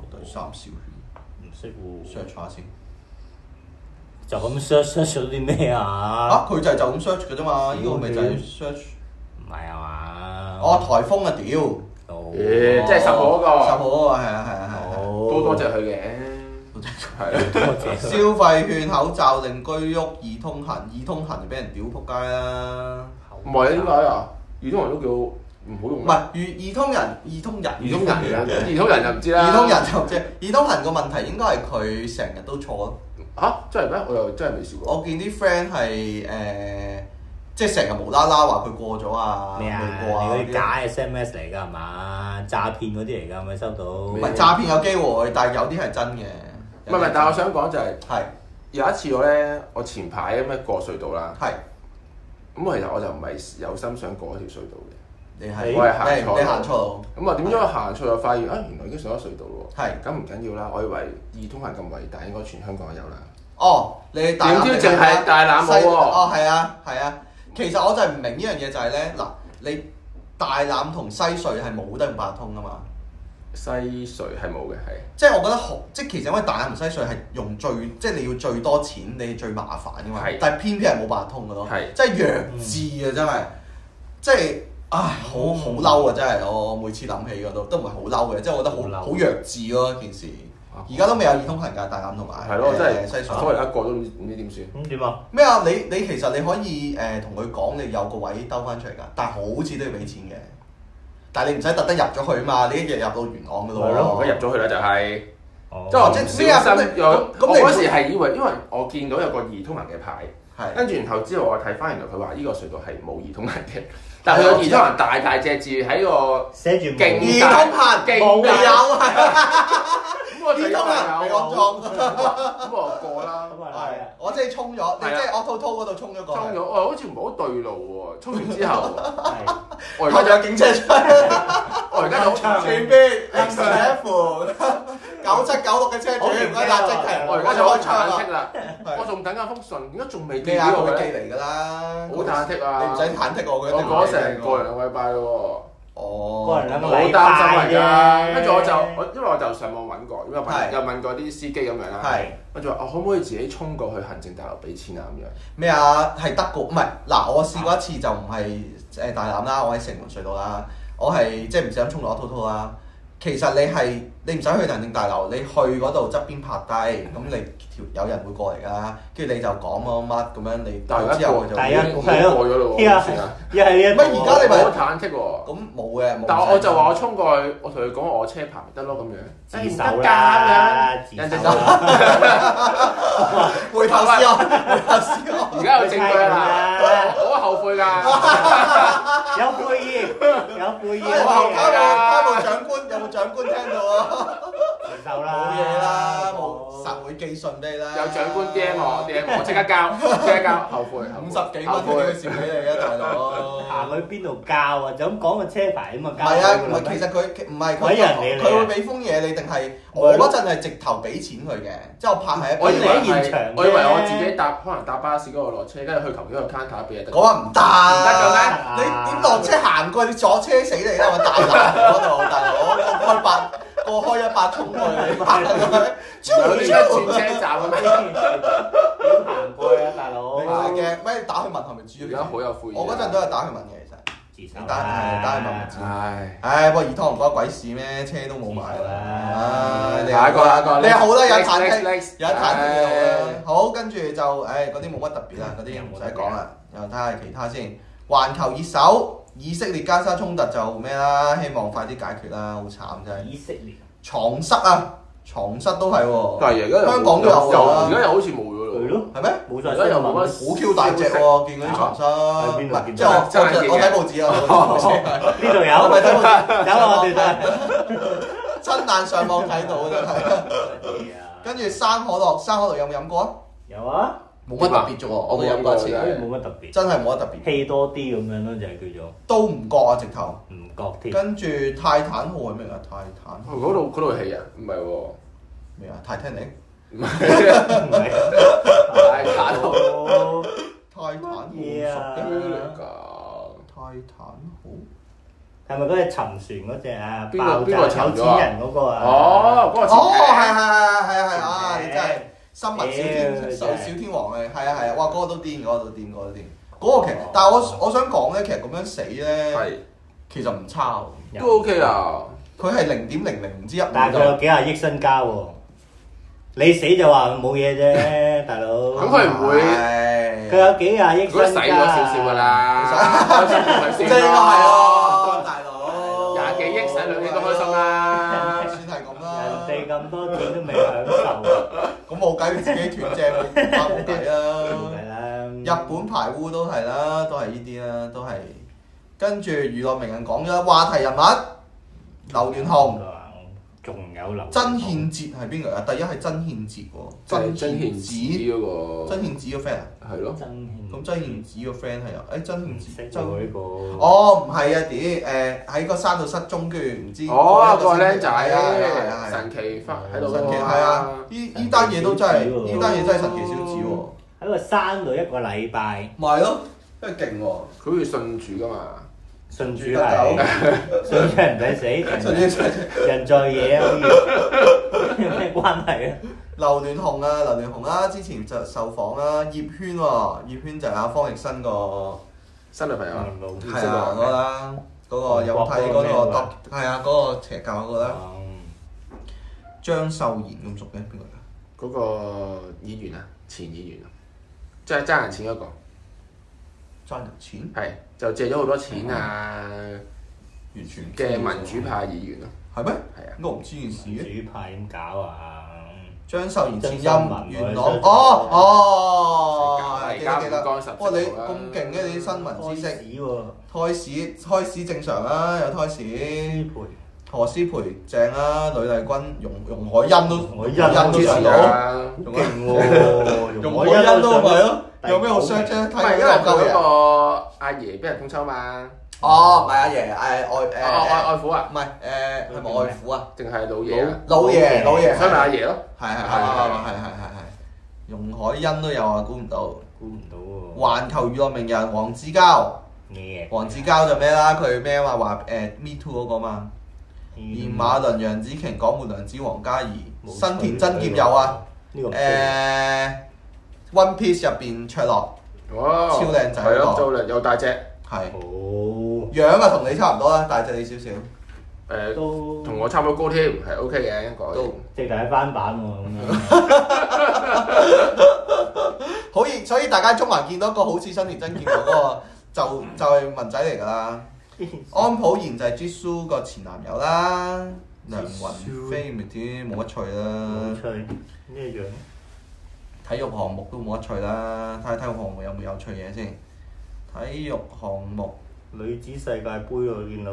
對三小犬
唔識喎，
à? ，search 下先。
就咁 search search 咗啲咩啊？
啊，佢就係就咁 search 嘅啫嘛，呢個咪就係 search。
唔係啊嘛？
哦，颱風啊屌！
哦
誒，即係十號嗰
十號
個，
嗰個係啊係啊係啊。
哦
都多謝佢嘅，係啊啦。
多謝
消費券口罩令居屋易通行，易通行就俾人屌撲街啦！
唔係點解啊？二通人都叫唔好用
唔
啊。
係易易通人，易通人，
二通人啊，二通人就唔知啦。
易通人就即係易通行個問題應該係佢成日都錯咯。
嚇，真係咩？我又真係未試過。
我見啲 friend 係誒，即係成日無啦啦話佢過咗啊，
咩啊？
未
你
過啊
嗰
嗰
啲
啲
假 SMS 嚟㗎係嘛？詐騙嗰啲嚟㗎，咪收到？
唔
唔
係詐騙有機會，但係有啲係真嘅。
唔係唔係，但係我想講就係
係
有一次我咧，我前排咩過隧道啦，
係
咁我其實我就唔係有心想過一條隧道嘅，
你係
我係行
你
錯路
你行錯路，
咁我點知我行錯就發現啊，原來已經上咗隧道咯喎。
係
咁唔緊要啦，我以為二通行咁偉大，應該全香港都有啦。
哦，你大
點知淨係大欖冇喎
西哦，係啊，係啊。其實我就係唔明呢樣嘢就係咧，嗱，你大欖同西隧係冇得用八達通噶嘛？
西隧係冇嘅，係
即係我覺得好，即係其實因為大欖同西隧係用最，即係你要最多錢，你最麻煩噶嘛
係。
但係偏偏係冇八達通噶咯
係，嗯
即係弱智啊！真係，即係唉，好好嬲啊！真係，我我每次諗起嗰度都唔係好嬲嘅，即係我覺得
好嬲
好好弱智咯件事
啊。
而家都未有二通行㗎，大欖同埋
係咯，我真
誒啊西
係
隧
所。以而家過都唔知唔知點算。
咁點啊？
咩啊？你你其實你可以誒同佢講，你有個位兜翻出嚟㗎，但係好似都要俾錢嘅。但係你唔使特登入咗去嘛，你一日入到元朗㗎咯
係
喎。
我哦入咗去啦，就係
哦
即係我
即
即
係
係啊小心有。
咁咁
我
你
嗰時係以為，因為我見到有個二通行嘅牌，
係
跟住然後之後我睇翻，原來佢話呢個隧道係冇二通行 嘅，但係啊佢有二通行大大隻字喺 個
寫住
勁
冇
二通行
勁
冇有係
咁啊我
二通 行，你講錯。
咁我 過啦。
咁啊
係
係啊！
我即係衝咗，你
係啊
即係我 t o 嗰度衝咗過
衝
去
咗，，我好似唔好對路喎。衝完之 後，
係
我
後
而家
就有警車出嚟，
我而家就
前邊 X F 九七九六嘅車主，
好勁
唔該立即
啊
停，
我而家就好
開槍
忐
啦
忑啦。
係
我仲等緊封信，點解仲未寄
你啊，
俾我
佢寄
咧？
嚟㗎啦，
好忐忑
你唔使
啊！
忐忑我，佢一
我
定
過
會
咗成
俾你
個零兩個禮拜咯
哦，
個人兩
喎，
個
我好
禮
擔心
拜
而家。
啫。
跟住我就我因為我就上網揾過，因為
係
問又問過啲司機咁樣啦。
係
跟住話我可唔可以自己衝過去行政大樓俾錢啊咁樣？
咩啊？係德國唔係嗱，我試過一次就唔係誒大欖啦，我喺城門隧道啦，我係即係唔小心衝落一套套啦。其實你係你唔使去行政大樓，你去嗰度側邊拍低，咁你條有人會過嚟㗎啦，跟住你就講乜乜乜咁樣，你
但係而
之
家
後
過
佢就
大家
會
過
已經過咗咯喎，點算啊？
一係呢一
乜而家你咪
我好忐忑喎。
咁冇嘅，冇
但我就話我衝過去，我同佢講我車牌得咯咁樣。
自首啦，自
人哋
首
就
啦。
回頭思我，回頭思我。
而家有證據啦，我我好後悔㗎。
有悔意，有悔意，
哎
我後
家
家
務家務
㗎
長官有冇長官聽到啊？
自首
冇
啦，
嘢啦，冇實會佢寄信俾你啦。
有長官 DM 我，DM 我即刻交，即刻交，後悔，
五
五
十幾
後
蚊都要
悔。
蝕俾你啊，大
行
佬。
去邊度教啊？就咁講個車牌咁啊
唔
教
係啊，唔
到㗎
係
啦
其實佢唔係
鬼
佢
人嚟嚟啊
佢會俾封嘢你，定係我嗰陣係直頭俾錢佢嘅，即係我拍喺
我以
你
為
喺現場
係
啫，
我以為我自己搭可能搭巴士嗰度落車，跟住去求其個 counter 俾嘢得。
嗰話唔得，
唔得嘅咩
你點落車行過？你阻車死你啦！我大佬嗰度，大佬我開八，我開一百衝過去，你拍佢，
有呢間轉
豬
車站嘅咩？
要行過去啊，大
唔
佬。
係嘅，咩打去問係咪豬
而家好有悔意。
我嗰陣都係打去問嘅，其實。
自首
你打係打去問唔知。
唉，
唉，不過二湯唔關鬼事咩，車都冇埋啦。唉，你
下一個下一個
你有好多有
Next，
彈機
next，，next
有彈機喺度啦
唉。
好，跟住就唉嗰啲冇乜特別啦，嗰啲唔使講啦。又睇下其他先。環球熱搜，以色列加沙衝突就咩啦？希望快啲解決啦，好慘真係。
以色列
床塞啊，床塞都係喎，
但係而家又
香港都有
又
啊
而家又好似冇咗咯
係。咯，
係咩？
冇
而
晒
家又
新
冇乜
聞。
好 Q 大隻喎，見嗰啲床塞，
啊喺邊
唔
度
係
見
即係我
真係見哦
我我睇報紙啊，
呢度有，
我睇報紙我睇報紙。
有啊我哋睇。
親眼上網睇到真係。
Dạ.
跟住生可樂，生可樂有冇飲過啊？
有啊，
冇乜特別啫喎，我都飲過一次
冇，
所以冇乜特別，
真係冇乜特別，
氣多啲咁樣咯，就係叫做
都唔覺啊直頭。
唔覺添。
跟住泰坦號係咩啊？泰坦
哦嗰度嗰度係人，唔係喎。
咩啊？泰坦尼？
唔係，
唔係
大 坦好
哦
泰坦號唔熟
乜嘢啊
嘅
咩
咩
嚟㗎？
泰坦號。
係咪嗰隻沉船嗰隻啊？
邊個
爆炸
邊個沉
有
咗啊
錢人嗰個啊？
哦，嗰
哦，
個
係係
前
係係係啊！你真係新聞小
屌
天
真
小
係
小天王嘅，係啊係啊！哇，嗰個都癲，嗰個都癲，嗰個都癲。嗰個其實，但係我我想講咧，其實咁樣死咧，
係
其實唔差喎。
有
都 OK 啊。
佢係零點零零之一五
但係佢有幾廿億身家喎。你死就話冇嘢啫，大佬。
咁佢唔會
佢有幾廿億
如果
身
洗
家
咗少少㗎，啦，開心咪
即
先
係應該 係
咯。
咯，大佬
廿幾億使兩億都 開心，啦。
算係咁啦。
人哋咁多錢都未享受，
咁冇計，佢自己斷正冇計
冇啊計
啦。
啦。
日本排污都係啦，都係呢啲啦，都係。跟住娛樂名人講咗話題人物，劉元
紅
雄、
仲有流
曾憲哲係邊個啊？第一係曾憲哲
真
喎，
真
曾
獻
憲
子嗰
哲，
個
曾憲哲個 friend 啊？
係咯，
曾憲
咁曾憲哲個 friend 係有，誒曾
唔
憲
識
哲，
喎
曾
呢個
哦，唔係啊，屌，誒喺個山度失蹤，跟住唔知
哦個僆
係啊係啊
仔，
係啊，
神奇花喺度
神奇
㗎
係啊
嘛，，
呢呢單嘢都真係，
神奇小子喎
呢單嘢真係神奇小子喎，
喺個山度一個禮拜，
咪係咯，真係勁喎，
佢會信主㗎嘛，
信主
住得狗
係信主係唔使死，
甚
人
至
人在野啊，好似有咩關係啊？
劉聯雄啊，劉聯雄啦，之前就受訪啊啦，葉軒喎，葉軒就係阿方力申個
新女朋友啊
冇
唔
係
識
啊嗰個
話
啦，嗰個有冇睇嗰
嗰個
個
咩話
doc 係啊嗰個邪教嗰個啦，
嗯
張秀賢咁熟嘅邊個嚟㗎？
嗰個議員啊，前議員啊，即係爭人錢嗰個。
爭人錢，
係就借咗好多錢啊
完全唔知
嘅民主派議員咯，
係咩？
係啊，
我唔知件事嘅。
主派點搞啊？
張秀賢前
張秀文
任元朗
嗰啲，
哦哦，
而
記
家
得
唔
記得。
該十
哇！你
隻手啦
咁勁嘅你啲新聞知
開
識，
始喎，
胎市胎市正常啦，有胎市。
支培
何詩蓓正啦，呂麗君、容容海欣都，
容海欣都
容都上
知
到，
啊，
好勁喎，
容海欣都
上
咪咯，有咩好 search 啫？
唔
睇
係
完
因
都有夠
為佢嗰
嘅。
個阿爺俾人通緝嘛，
哦，唔係阿爺，誒
外外
外
外父
誒，
啊，
唔係誒係咪外父啊？
定係老爺啊，
老爺老爺，
所以咪
係
阿爺咯，
係係係係係係，容海欣都有啊，估唔到。
估唔到喎。
環球娛樂名人黃子佼，
咩
黃子佼就咩啦？佢咩嘛話誒 Me Too 嗰個嘛，炎馬倫、楊紫瓊、港門良子、黃嘉怡、新田真劍佑
à?
啊，，
呢個
誒 One Piece 入邊卓樂
哦，
超靚仔
係
嗰
咯，
個
做量又大隻，
係
好
樣啊，同你差唔多啦，大隻你少少，
誒
都
同我差唔多高添，係 OK 嘅一個
都
即係翻版喎咁樣。
好易，所以大家中環見到一個好似新田真劍佑嗰個， 就就係文仔嚟㗎啦。安普賢就係 Jisoo 個前男友啦，梁雲飛咪啲冇乜趣啦
冇。趣，呢一樣
體育項目都冇得趣啦，睇下體育項目有冇有趣嘢先。體育項目
女子世界盃我見到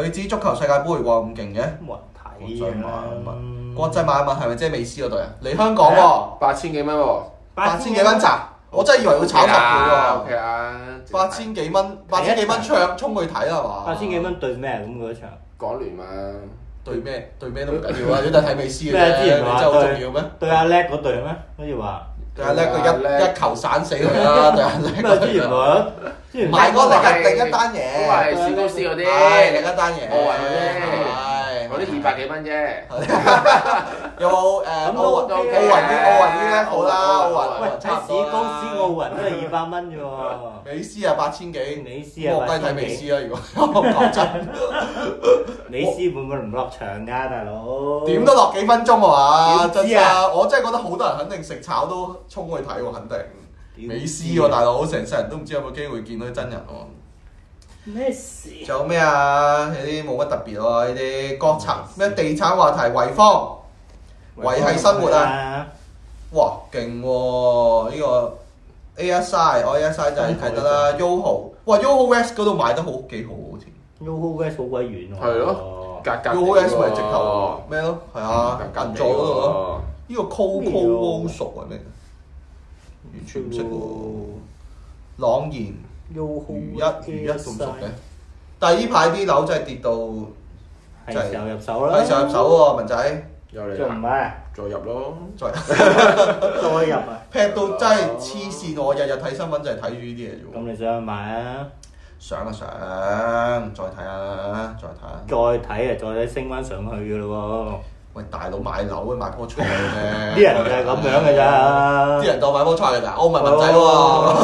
女子足球世界盃，哇咁勁嘅，
冇人
我想買
睇
乜
啊！
國際買物係咪即係美斯嗰隊啊？嚟香港喎，
八千幾蚊喎，
八千幾蚊咋？我真係以為會炒十倍
O
喎，
K 啊，
八千幾蚊，八千幾蚊唱衝去睇係嘛？
八千幾蚊對咩咁嗰場？
港聯啊嘛，
對咩對咩都唔緊要啊，都係睇美斯嘅
咩之
啫，
前
你
話
真係好
對
重要咩？
對阿叻嗰隊咩？好似話
對啊
啊
阿叻佢一一球散死佢啦，對阿
咩？啊之
叻
前話之前
唔係嗰個係另一單
都話
嘢，
係小公司嗰啲，
係另一單嘢，
奧運嗰啲，嗰啲二百幾蚊啫。
有冇誒奧
咁都
運
OK
奧運啲奧運啲 level 啦，奧運
喂
奧
睇
運差唔
市
多
公
啦
司奧運都係二百蚊啫喎，
美斯啊八千幾，
美斯啊
我梗係睇美斯啦，如果我講真，
美斯會唔會唔落場㗎，大佬？
點都落幾分鐘啊嘛，
點
真
知啊
啊！我真係覺得好多人肯定食炒都衝去睇喎，肯定。
點知啊
美斯喎，大佬，成世人都唔知有冇機會見到真人喎。
咩事？
仲有咩啊？呢啲冇乜特別喎，呢啲國產咩地產話題，維方維係生活啊！
啊！
哇，勁喎！呢個 ASI，我 ASI 就係睇得啦。Yoho，哇，Yoho West 嗰度買得好幾好喎好似。
Yoho West 好鬼遠喎。
係咯，。哦格格哦
Yoho West 咪直頭咩咯？係啊，
嗯
近咗嗰度咯。
咯。
呢個 Coco Oso 係咩？啊完全唔識喎。朗然
Yoho
如一如一仲熟嘅，但係呢排啲樓真係跌到
係時候入手啦。
係上入手喎，文仔。
又嚟
仲唔
行
係啊？
再入咯，
再
再入啊！
劈到真係黐線，我日日睇新聞就係睇住呢啲嘢啫喎。
咁你想去買啊？
上一上，再睇下，再睇下。
再睇啊，再睇升翻上去嘅咯
喂，大佬買樓啊，買棵菜
喎。
嘅
啲人就係咁樣嘅咋。
啲人當買棵菜㗎咋？哦我唔係文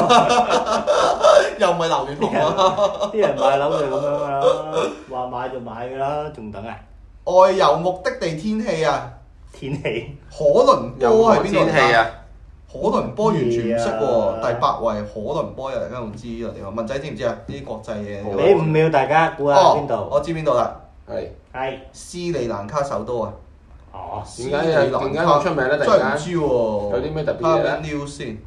仔喎， 又唔係劉聯
啲
同
人
喎。
啲人買樓就咁樣㗎啦，話買就買㗎啦，仲等啊？
外遊目的地天氣啊，
天氣
可倫波係邊度
天
嚟
氣
㗎？
啊？
可倫波完全唔識
咩啊
喎，第八位可倫波又嚟緊唔知啊！你話文仔知唔知啊？呢啲國際嘢。
啊
俾五秒大家估下邊
哦，
度？
我知邊度啦，
係
係
斯里蘭卡首都啊。
哦，
點解啊點解咁出名咧
真
突
係
然
唔
間
知喎。有
啲咩特別嘢咧
news 先。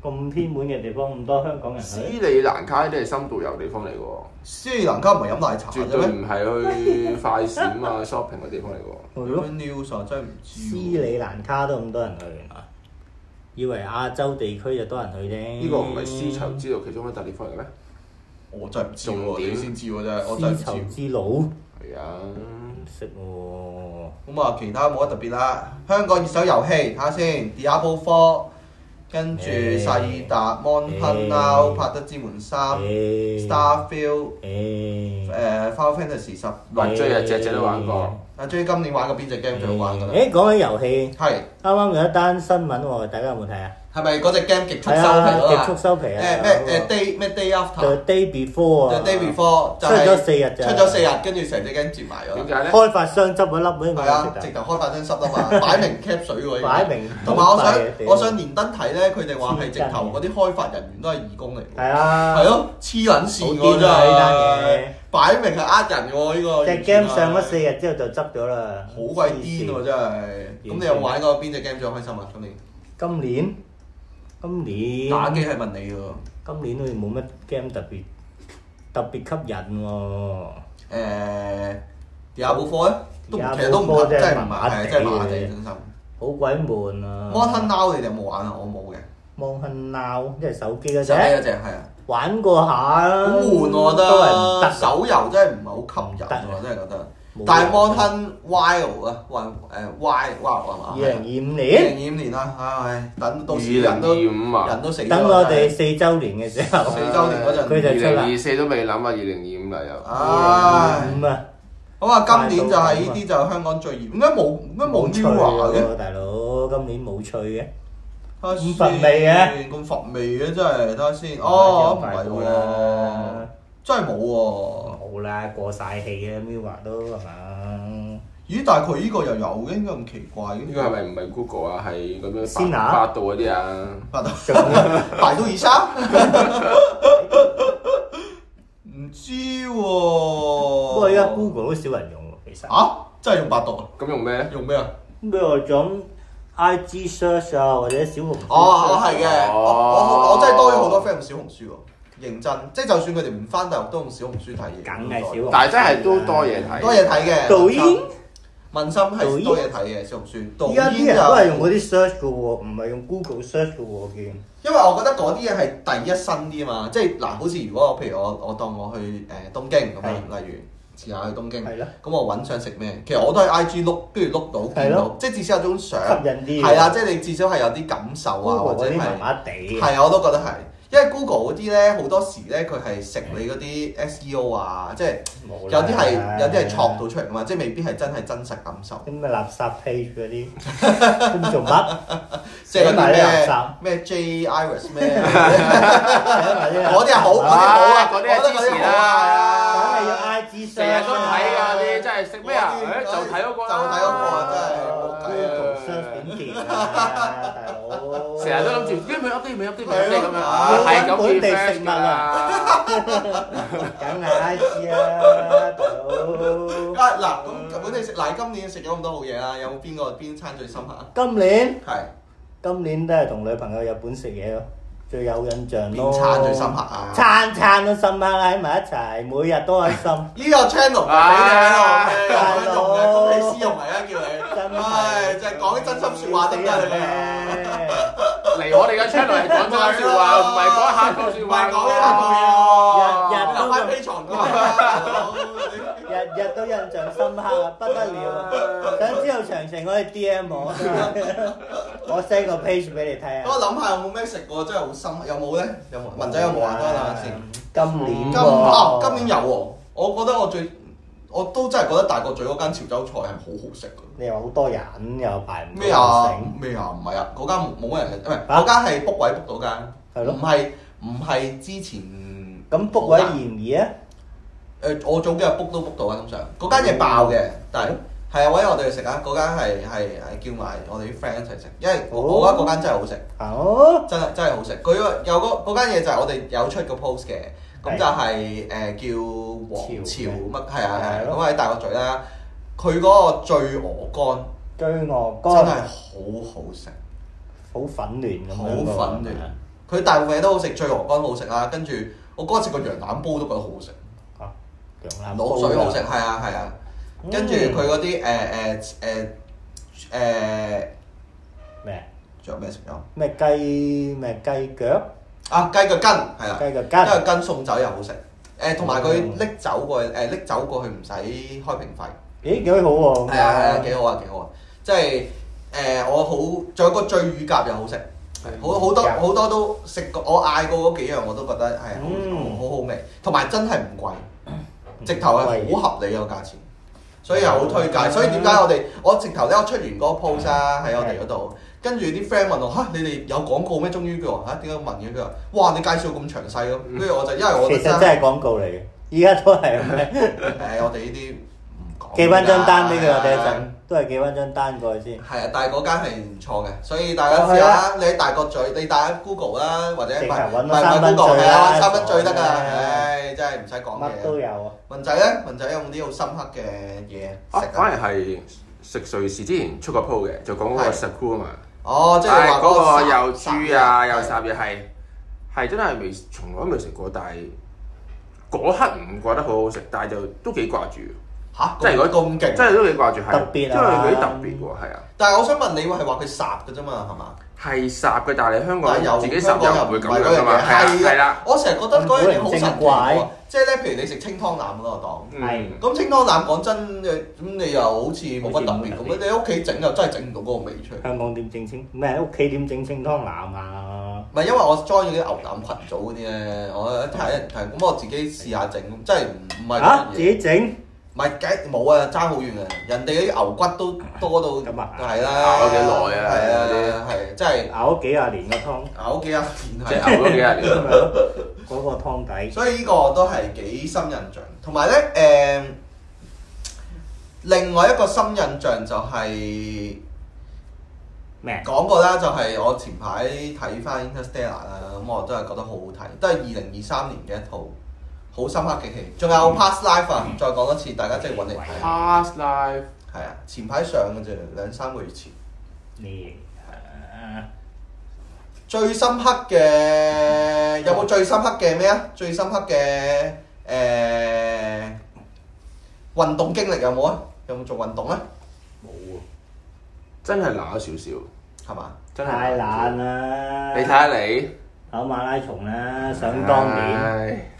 咁偏門嘅地方咁多香港人
斯
去，
里蘭卡呢啲係深度遊地方嚟喎，
斯里蘭卡唔係飲奶茶
絕
嘅
對
咩
唔係去快閃啊 shopping 嘅地方嚟喎。
係
有
咯
咩？news 啊，真係唔知
斯
喎。
里蘭卡都咁多人去，原
À.
來以為亞洲地區就多人去啫。
呢個唔係絲綢之路其中一笪地方嚟咩？
我真係唔知
重
喎，
點
你先知喎真係，我真
絲
係唔
綢
知。
之路，
係啊，
唔識喎。
咁啊，其他冇乜特別啦。香港熱手遊戲睇下先，Diablo Four，跟住
誒
薩爾達、Mon Hun
誒
Now、帕德之門三、
誒
Starfield、
誒
誒 Final Fantasy 十啊六。
或者係隻隻都玩過。
阿 J 今年玩過邊隻 game 最好玩㗎啦？
誒講起遊戲，
係
啱啱有一單新聞喎，大家有冇睇啊？
係咪嗰隻 game 極速收皮
係啊
嗰個啊
極速收皮啊
誒咩誒 day 咩 day
The
after？
day before 啊
The day before 就係
出咗四日咋
出咗四日，跟住成隻 game 接埋咗啦
點。解咧？
開發商執咗粒嗰啲
係啊，
咪
直
直頭
頭開發商濕啊嘛， 擺明 cap 水喎。
擺明
同埋
好
我
弊啊
想，
屌
我想連登睇咧，佢哋話係直頭嗰啲開發人員都係義工嚟㗎。
係啊，
係咯，黐撚線
好
喎
癲
真
啊呢單
係
嘢，
擺明係呃人喎呢個。
隻 game 上咗四，日之後就執咗啦，
好鬼癲喎真係。咁你有冇玩過邊只 game 最開心啊？今年
今年今年
打機係問你喎。
今年好似冇乜 game 特別特別吸引喎，
誒，Diablo Four 咧，都唔其實都唔
Diablo
係
Four
真係唔
麻麻地
係，真係麻麻地
嘅
真心。
好鬼悶啊
Modern Now 你哋有冇玩啊？我冇嘅，
望恨鬧，即係手機嗰
手機嗰
隻
隻係啊。
玩過下啊，
好悶我覺
都係唔
得，
得
手遊真係唔係好
唔
吸引喎，
得
真係覺得
冇。
但係 Modern Wild 啊，或誒 Wild Wild 係嘛？
二零二五
二
年，
零二五年啦，唉，等到
二
時
零
人都
二五
人
啊，
都死咗啦。
等我哋
真係
四週年嘅時候，
四週年嗰陣
佢
二
就出
零
啦
二四都未諗啊，二零二五啦又。
唉，
五啊，
咁啊，今年就係呢啲就係香港最熱，點解冇點解冇
冇趣啊
New 華嘅？
喎，大佬，今年冇趣嘅。
睇下
咁乏味嘅
先，咁乏味嘅真係睇下先。哦，唔係喎，真係冇喎。
好啦，過晒氣嘅 Miu 都係嘛？
咦？但係佢呢個又有嘅，應該咁奇怪嘅。
呢個係咪唔係 Google 啊？係咁樣
Sina？
百百度嗰啲啊？
百度
仲要
百度以上？唔知喎。
不過而家 Google 都少人用喎，其實。
啊，真係用百度啊？
咁用咩咧？
用咩啊？
咩我咁 IG search 啊，或者小紅書
哦，我係
search 啊
嘅，我我我真係多咗好多 friend 用小紅書喎。認真，即係就算佢哋唔翻大陸都用小紅書睇嘢。
梗係小紅書啦
但係真係都多嘢睇。
多嘢睇嘅。
抖音
問心
導
係
演
多嘢睇嘅小紅書，導
依家啲
演
人
就
都係用嗰啲 search 嘅喎，唔係用 Google search 嘅喎，見
因為我覺得嗰啲嘢係第一身啲啊嘛，即係嗱，好似如果我譬如我我當我去誒、東京咁樣，例如試下去東京，
係咯，
咁我揾想食咩，其實我都係 I G 碌，跟住碌到
係
見
咯
到，即係至少有種相，
吸引啲嘅。
係啊，即係你至少係有啲感受啊，或
，Google 嗰
者
啲麻
係。
麻地嘅。
係啊，我都覺得係，因為 Google 嗰啲咧好多時咧佢係食你嗰啲 SEO 啊，即係
冇
有
啦
啲係有啲係創到出嚟噶嘛，即係未必係真係真實感受，
啲咩垃圾 page 嗰啲，咁做乜？
即係嗰
寫埋啲垃
啲
圾
咩咩 J Iris 咩，
寫埋啲垃圾
嗰啲係好，嗰啲好啊，
嗰啲係
我覺得
支持啦
梗係要 IG
啊
成日
search
都睇㗎，你真係食咩啊？
我
誒
見
就睇嗰個啦，
就睇嗰個啊真係冇計啊
Google search 點掂啊，大佬？
成日都諗住，跟住 update 未 update 未
係
update
咯
咁樣啊，係咁
本地
refresh
食物
㗎
啊
啦。
梗係 IG 啊，大佬。
啊嗱，咁咁你食嗱，今年食咗咁多好嘢啦，有冇邊個邊餐最深刻啊？
今年
係
今年都係同女朋友日本食嘢咯，最有印象咯。
邊餐最深刻？啊？
餐餐都深刻喺埋一齊，每日都開心。
呢個 channel 就俾你啦，我哋同嘅恭喜私用嚟啊，叫
真
你，
係
唉，就係講啲真心説話得唔 得你啊？
嚟我哋嘅 channel 係講真説話，唔係講下套説
唔
話
係講下套嘢
日日
留翻 P 床㗎嘛大佬
日日都印象深刻啊，不得了！想知道詳情可以 D M 我，我 send 個 page 俾你睇
我
啊。
諗下有冇咩食過真係好深，有冇咧？有冇文仔有冇啊？多啦先。
嗯今年
今
喎
啊今年有喎，我覺得我最我都真係覺得大角咀嗰間潮州菜係好好食㗎。
你又好多人又排唔到
咩啊
成，
咩啊，唔係啊，嗰間冇冇人係，唔係
啊
嗰間係 book 位 book 到間，
係咯
唔係唔係之前
咁 book 位易唔易啊？
誒，呃我早幾日 book 都 book 到啊，通常嗰間嘢爆嘅，但係
嗯
係啊，位我哋去食啊，嗰間係係係叫埋我哋啲 friend 一齊食，因為我
哦
我覺得嗰間真係好食，
好，
真係真係好食。佢個有個嗰間嘢就係我哋有出個 post 嘅，咁
係
就係誒叫黃
潮
潮
嘅
乜係啊係啊
係，咯
咁喺大角咀啦，佢嗰個醉鵝肝
對鵝
真
肝
係好好食。
好粉嫩咁樣
好
喎
粉嫩，佢大部分嘢都好食，醉鵝肝好食啦，跟住我嗰陣食個羊腩煲都覺得好好食，
啊，羊腩煲啊
滷水好食，，係啊係啊，
嗯
跟住佢嗰啲誒誒誒誒，
咩
仲有咩食咗？
咩雞咩雞腳
啊雞腳筋係啦，
雞腳
雞腳
筋，哦
筋送酒又好食，誒同埋佢拎走過去誒拎走過去唔使開瓶費。
咦幾好喎！
係啊係啊，幾好啊幾好啊！即係誒、我好仲有個醉乳鴿又好食，好好多
醉乳鴿
好多都食過，我嗌過嗰幾樣我都覺得係好、
嗯
好好味，同埋真係唔貴，直頭係好合理嘅個價錢，所以又好推介。
嗯
所以點解我哋我直頭咧，我出完嗰個 post 啊喺我哋嗰
嗯
度。跟住啲 friend 問我嚇，你哋有廣告咩？終於佢話嚇，點解問嘅？佢話哇，你介紹咁詳細咯。跟住我就因為我
其
覺
實
得
真係廣告嚟嘅，依家都係咁嘅
誒，我哋呢啲唔講
寄翻張單俾佢，我哋一
啦
陣都係寄翻張單過去先。
係啊，但係嗰間係唔錯嘅，所以大家試下啦。你喺大角咀，你打 Google 啦，或者
直頭
唔
揾
係
到三
唔係
蚊
Google
醉
係啊，
啦
揾三蚊最得㗎。
係
唉，真係唔使講
乜都
嘢。
有啊！
文仔咧，文仔有冇啲好深刻嘅嘢
啊
食
反
啊？
而係食瑞士之前出個 po 嘅，就講嗰個
係
Saku 啊嘛。
哦，即係
但係
話
嗰個
烚
又豬啊，
烚
又
嘢
霎嘢係係真係未從來都未食過，但係嗰刻唔覺得好好食，但係就都幾掛住，
嚇，
即係如
果咁勁。
真係都幾掛住係，
特別
因為
啊
佢啲特別喎，係啊，
但係我想問你係話佢烚嘅啫嘛，係嘛？
係霎嘅，但係你
但係
香港
又
自己
香
霎
港
又唔會咁樣㗎嘛，係啊
又唔係嗰樣嘢係啊
係啦，
我成日覺得嗰樣嘢
咁古
好神奇
靈精
喎
怪，
即係咧，譬如你食清湯腩嗰個檔。
係
嗯，
咁清湯腩講真嘅，咁你又好似冇乜特別咁樣，你喺屋企整又真係整唔到嗰個味出嚟。
香港點整清咩？屋企點整清湯腩啊？
唔係因為我 join 咗啲牛腩群組嗰啲咧，我睇人睇，咁我自己試下整，真係唔唔係
嚇
嗰樣
自
嘢，
己整
唔係梗冇啊，爭好遠啊！人哋嗰啲牛骨都多到
咁啊
係啦，
咬咗幾耐啊
係
嗰
啊
啲，
係真係
熬咗幾廿年個湯，
咬幾啊
即
年
係牛嗰幾廿年。
咪咯嗰個湯
係，
底
所以呢個都係幾深印象。同埋咧誒，另外一個深印象就係、
咩？
講過啦，就係我前排睇翻 Interstellar 啦，咁我都係覺得好好睇，都係二零二三年嘅一套好深刻嘅戲。仲有
嗯
Past Life 啊，再講多次，大家即係揾嚟睇。
Past life
係啊，前排上嘅啫，兩三個月前。
你啊
最深刻嘅有冇最深刻嘅咩啊？最深刻嘅誒、運動經歷有冇啊？有冇做運動啊？
真係乸咗少少，
係嘛？
真係
太
乸咗少少
懶。啦，
你睇下你，
跑馬拉松啦，
À.
想當年，
唉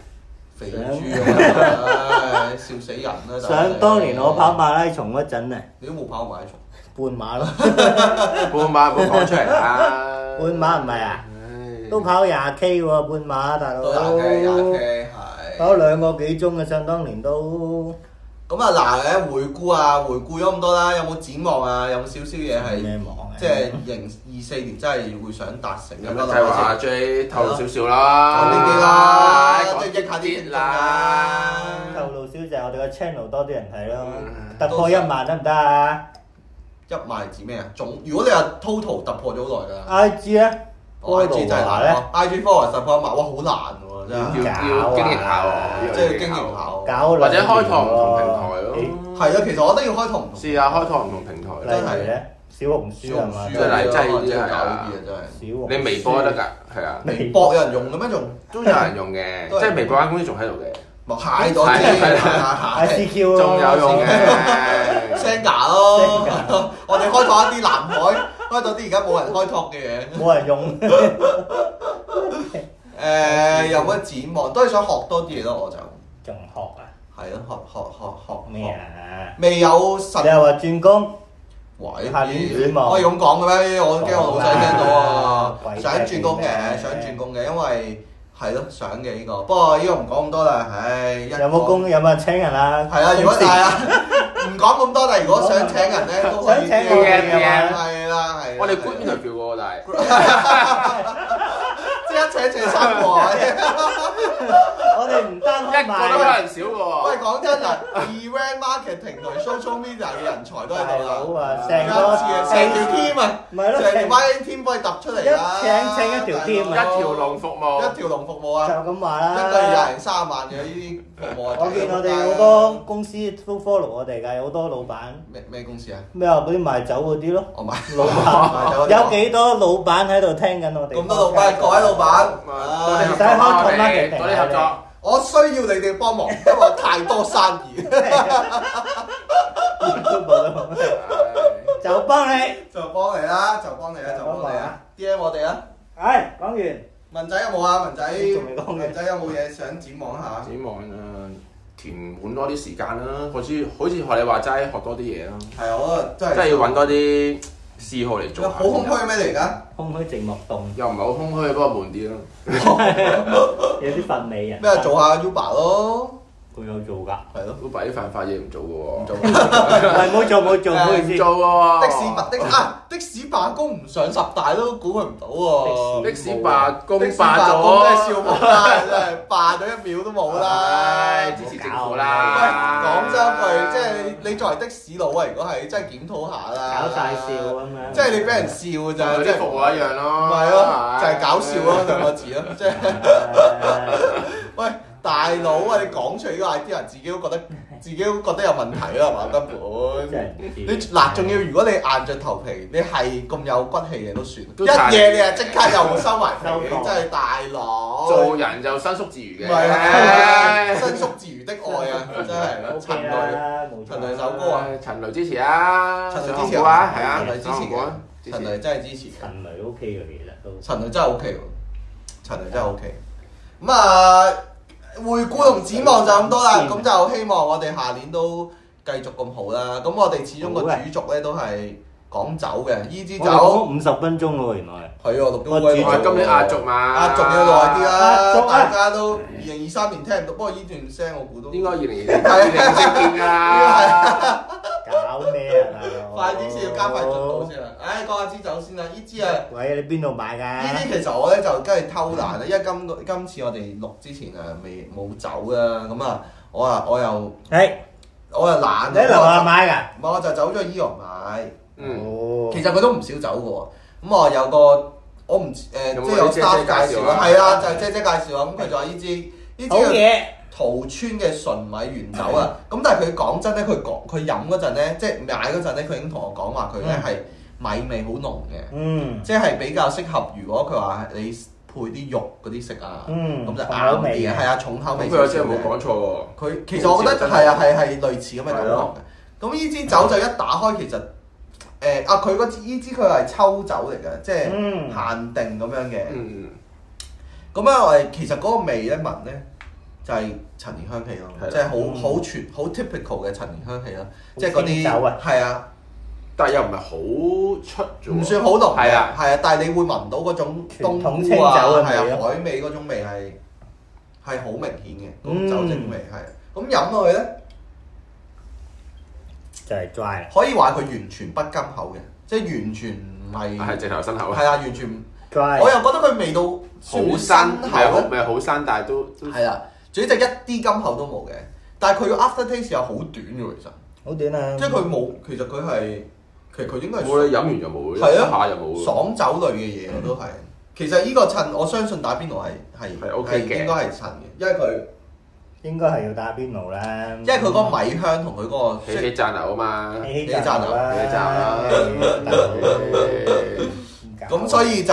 肥豬啊！唉笑死人啦！真係
想當年我跑，馬拉松嗰陣啊，
你都冇跑埋一場，
半馬 咯，
半馬冇講出嚟啦。
半馬唔係啊，
唉
都跑廿 K 喎，半馬大佬，
都廿 K 廿 K 係。
跑兩個幾鐘啊，想當年都
咁啊嗱嘅回顧啊，回顧咗咁多啦，有冇展望啊？有冇少少嘢係
咩忙啊
即係二四年真係會想達成
有
嘅
乜計劃啊
講
？J 透露少少啦，
呢啲啦，
講
即係益下啲
啲
觀
透
眾啦，
露消息，我哋個 channel 多啲人睇咯
嗯，
突破一萬得唔得啊
一萬指咩啊？總如果你話 total 突破咗好耐
啊
㗎啦
？IG 咧
我，IG 就係
華
難啊
咧
咯，IG follower 突破一萬，哇好難喎真
要
係，
要經營下喎，
即係經營下。喎。
搞
或
兩
者
年
開堂唔同平
喎
台咯，
係啊，其實我覺得要開拓唔同，
試下開堂唔同平台
例
啦。
如咧，小紅書
小
係
紅
嘛？
書
真
啊
係真係呢啲
真係
係
搞呢
啊
啲啊真係。
小紅
你微博都得㗎，係啊，
微博有人用嘅咩仲？
都有人用嘅，即係微博間公司仲喺度嘅，
咪蟹咗
係
啲，
係
，I
蟹
C Q 咯，
仲 有用嘅。
聲牙咯，我哋開拓一啲南海，開拓啲而家冇人開拓嘅嘢。
冇人 用，
誒、有乜展望？都係想學多啲嘢咯，我就
仲學啊？
係咯，學學學學
咩？啊？
學未有
你
實
又話轉工，
位，
下年展望
可以咁講嘅咩？我驚我老細聽到啊
講！啦
想轉工
啊
嘅，想轉工嘅，因為係咯，想嘅呢、個。不過呢個唔講咁多啦，唉，有
有冇？工？有冇人請人啊？
係啊，如果係啊，唔講咁多，但係如果想請人咧，都可以
想請
我哋嘅
啊
話
係啦，係啦。
我哋
係啦
group interview 過，但 係
即係一扯扯三個。
我哋唔單開
一個都可
賣，
能少
喂，
喎。
講真嗱 event marketing 同 social media 嘅人才都喺
大
度
佬
啦。
啊，
成
成
個
個
成條 team 啊，
咪
成
咯，
條
成
marketing team 幫你揼出嚟啦。
一請請一條 team 啊
一條，龍服務
一，條龍服務啊，
就咁話
一個月廿
啦。
零三萬嘅呢啲服務啊。
我見我哋好
好
多公司都 follow 我哋㗎，有好多老闆
咩咩公司啊？
咩啊嗰啲賣酒嗰啲咯，
我買
老闆 有幾多老闆喺度聽緊我哋？
咁多老闆，各位老闆，
多啲
啊
合作啦，我哋多啲合作。
我需要你哋幫忙，因為我太多生 意，
就幫你。
就幫你啦，就幫你啦，就幫你
啊
啦，DM 我哋啊啦。
唉，講完。
文仔有冇啊？文仔，
仲未講嘅
文仔有冇嘢想展望下？
希望啊，填滿多啲時間啦，好似好似學你話齋學多啲嘢啦，
係啊，我覺
即
得真
係
係
要揾多啲嗜好嚟做下。
好空虛咩？你而
啊
家
空虛寂寞凍，
又唔係好空虛，不過悶啲咯。
有啲乏味人。
咩啊？做下 Uber 咯，
佢有做㗎。
係咯，
都擺啲犯法嘢唔做
唔
嘅
做
喎，
喂，冇做冇做，唔好意思
唔。做喎。
的士罷的啊的士罷工唔上十大都估佢唔到喎。
的士罷工
的
罷
士罷工真係笑
咗，
冇啦，真係罷咗一秒都冇啦
唉，。支持政
唔好
府
搞
喂，
啦。
講真一句，即係你作為的士佬啊，如果係真係檢討下啦。
搞晒笑啊咁樣
即係你俾人笑㗎
就
咋，
係
即係
啲服
啊
務一樣咯。
咪咯，就係搞笑咯兩個字咯，即係。
À,
喂，大佬啊！你講出呢個 idea，自己都覺得自己都覺得有問題啦，係嘛根本。
嗯真係
你
你
嗱，仲要如果你硬着頭皮，你係咁有骨氣嘅都算，
都殘
一夜你啊即刻又收埋皮
收，檔
真係大佬。
哦做人就伸縮自如
唔
嘅。
係啊，伸縮自如的愛啊，真係陳雷，
冇
陳雷
錯
首
啦。
歌啊，
陳雷支持啊，
陳雷
上
支持
紅股啊，係啊，
陳雷支
上紅股啊
持嘅，陳雷真係支持嘅。
陳雷 OK 嘅其實都。
陳雷真係 OK 喎，陳雷真係 OK。咁啊，回顧同展望就咁多
嗯
啦。咁就希望我哋下年都繼續咁好啦。咁我哋始終個
好嘅
主軸咧都係講酒嘅，呢支酒
我講五十分鐘咯，原來。
係我讀
我
到威
主軸
我係啊今年壓軸嘛，
壓軸要耐啲
壓
啦
軸，啊
大家都二零二三年聽唔到，不過呢段聲我估都
應該二零二 二零先見㗎
啊
啦。
搞咩啊，大 佬？
快啲先要加快進度。先啦。唉，講下支酒先啦，呢支啊〜
喂，你邊度買
啊
呢
㗎？
啲其實我咧就梗係偷懶啦，因為今個今次我哋錄之前啊未冇走啦，咁啊我啊我又
係
我又懶，
你喺樓下買㗎？
唔係我就走咗去醫藥買，
嗯，
哦
其實佢都唔少走嘅喎。咁我有個我唔誒、
有冇
即係有
啲姐姐
staff 介
介
紹
紹
啦
啊，
係啦，就係姐姐介紹啊。咁佢就話呢支呢支
好
叫
嘢。
桃村嘅純米原酒啊。咁但係佢講真咧，佢講佢飲嗰陣咧，即係買嗰陣咧，佢已經同我講話佢咧係米味好濃嘅。
嗯
即係比較適合。如果佢話你配啲肉嗰啲食啊，
嗯，
咁就
口
啱
味
啲嘅，係啊，重口
咁
味
佢
少
又
少
真係冇
嘅。
講錯喎。
佢其實我覺得係啊，係係類似咁嘅感覺
係
嘅
咯。
咁呢支酒就一打開，其實誒、誒啊！佢嗰支呢支佢係抽酒嚟嘅，即係
嗯
限定咁樣嘅。
嗯，
咁咧，我哋其實嗰個味咧聞咧，就係陳年香氣
係啦
咯，即係
嗯
好好傳好 typical 嘅陳年香氣啦，
好
即係嗰
清酒啊
啲係啊，
但係又唔係好出咗喎，
唔算好濃嘅，
係啊
係啊，但係你會聞到嗰種冬
傳統清
菇啊，
酒嘅味
係
咯
啊，海味嗰種味係係好明顯嘅，
嗯
嗰種酒精味係啊。咁飲落去咧，
就係 dry 啦
可以話佢完全不甘口嘅，即係完全唔
係
係
直頭身口啊，
係啊，完全唔我
，dry
又覺得佢味道
好
算唔
新
算新
係啊
口
好
咧，
咪好新，但係都
啊
都
係啦，總之就一啲甘口都冇嘅。但係佢個 after taste 又好短嘅，其實。
好短啊，
即係佢冇，其實佢係其實佢應該
冇啦，
係
飲完就冇，一
係啊
下就冇，嗯
爽酒類嘅嘢都係。其實呢個襯我相信打邊爐係係
係 OK 嘅
應該係襯嘅，因為佢
應該係要打邊爐啦，
嗯
因為佢嗰個米香同佢嗰個
起
即
起讚樓啊嘛，
起起
你賺
賺啦，
啦
你賺啦
大佬
咁，所以就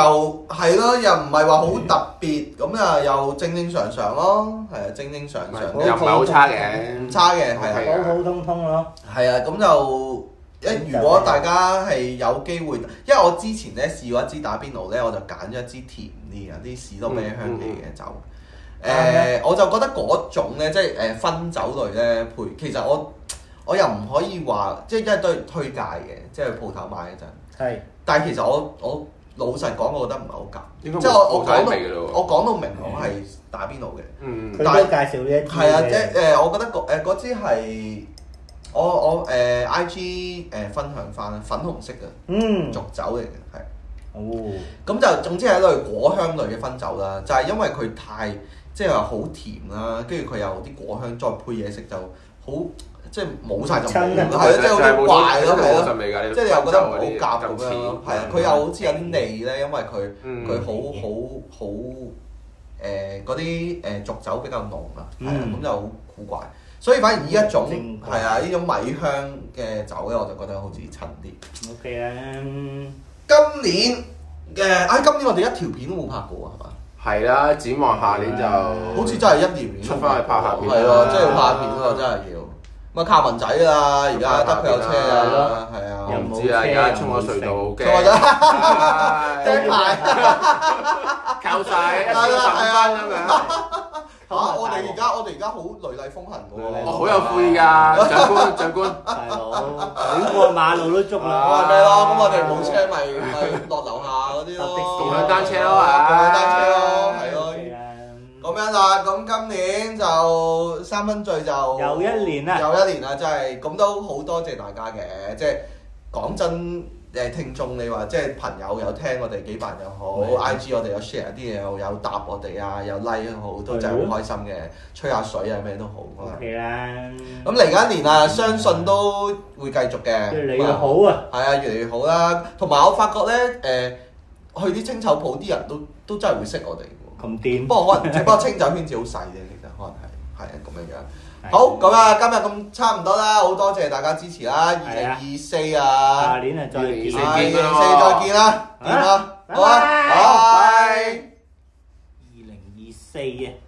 係咯，又唔係話好特別，咁啊又正正常常咯，係啊正正常常
唔
又
係
嘅
唔係好差嘅，
唔差嘅係啊
係
普普通通咯，
係啊，咁就一如果大家係有機會，因為我之前咧試過一支打邊爐咧，我就揀咗一支甜啲嘅，啲士多啤香氣
嗯
嘅酒。誒、
啊
我就覺得嗰種咧，即係誒分酒類咧配，其實我我又唔可以話，即係因為都係推介嘅，即係去鋪頭買嗰陣。
係
但係其實我我老實講，我覺得唔係好夾，
應該
即係我
冇
我
晒
講
味㗎
到
咯喎，
我講到明我係打邊爐嘅。
嗯
佢都介紹呢一啲
係啊，即
嘅
係誒，我覺得嗰誒嗰支係我我誒、I G 誒分享翻粉紅色嘅
嗯
濁，酒嚟嘅，係
哦，
咁就總之係一類果香類嘅分酒啦，就係、因為佢太即係話好甜啦，跟住佢有啲果香，再配嘢食就好即係冇晒就
親
冇
啊
啦，係啊，即係好似怪咯，係
冇
咯，
實味㗎，
即係你又覺得唔好夾咁樣
樣
咯，係啊，佢又好似有啲膩咧，因為佢。
嗯
佢好好好誒嗰啲誒濁酒比較濃啊，係啊，
嗯
咁就好古怪。所以反而呢一種
正確
係啊，呢種米香嘅酒咧，我就覺得好似襯啲。
OK 啦，
今年嘅啊，今年我哋一條片都冇拍過啊，係嘛？
係啦，展望下年就
嗯好似真係一年
出返去拍下片啦
係咯，真係要拍片喎，真係要。咪靠文仔啦，而家得佢有車啊，係啊，
又
我唔知啦，而家衝咗隧道
所以我覺
嘅，
得
唉
聽牌
夠晒一小
啊
三分咁樣。
嚇，我哋而家我哋而家好雷厲風行
雷厲風
喎，
我
行
好有悔㗎，長官長官。
大佬亂過馬路都捉
我係
啦，
咩咯？咁我哋冇車咪 咪落樓下嗰啲咯，
共
共
享單
享單
車
車
咯
咯
共享單車咯，係咯
OK 啦，
咁樣啦。咁今年就三分醉就
又一年啦
又一年啦，真係咁都好多謝大家嘅，即係講真。誒聽眾，你話即係朋友有聽我哋幾版又好
係
，IG 我哋有 share 啲嘢，又有答我哋啊，有 like 又好，都真係好開心嘅，吹下水啊咩都好。
OK 啦，
咁嚟緊一年啊，相信都會繼續嘅，
越嚟越好啊，
係啊，越嚟越好啦。同埋我發覺咧，誒、去啲清酒鋪啲人都都真係會識我哋嘅
咁
喎。
掂
不，過可能，只不過清酒圈子好細啫，其實可能係係啊咁樣樣。
係
好，咁啊，今日咁差唔多啦，好多謝大家支持啦，二
係
零
啊
二四啊
下，年啊再見
二零二四
啦
見啦
二零二四再見啦，見啦，
啊
好啊，
拜拜
拜拜。
二零二四啊。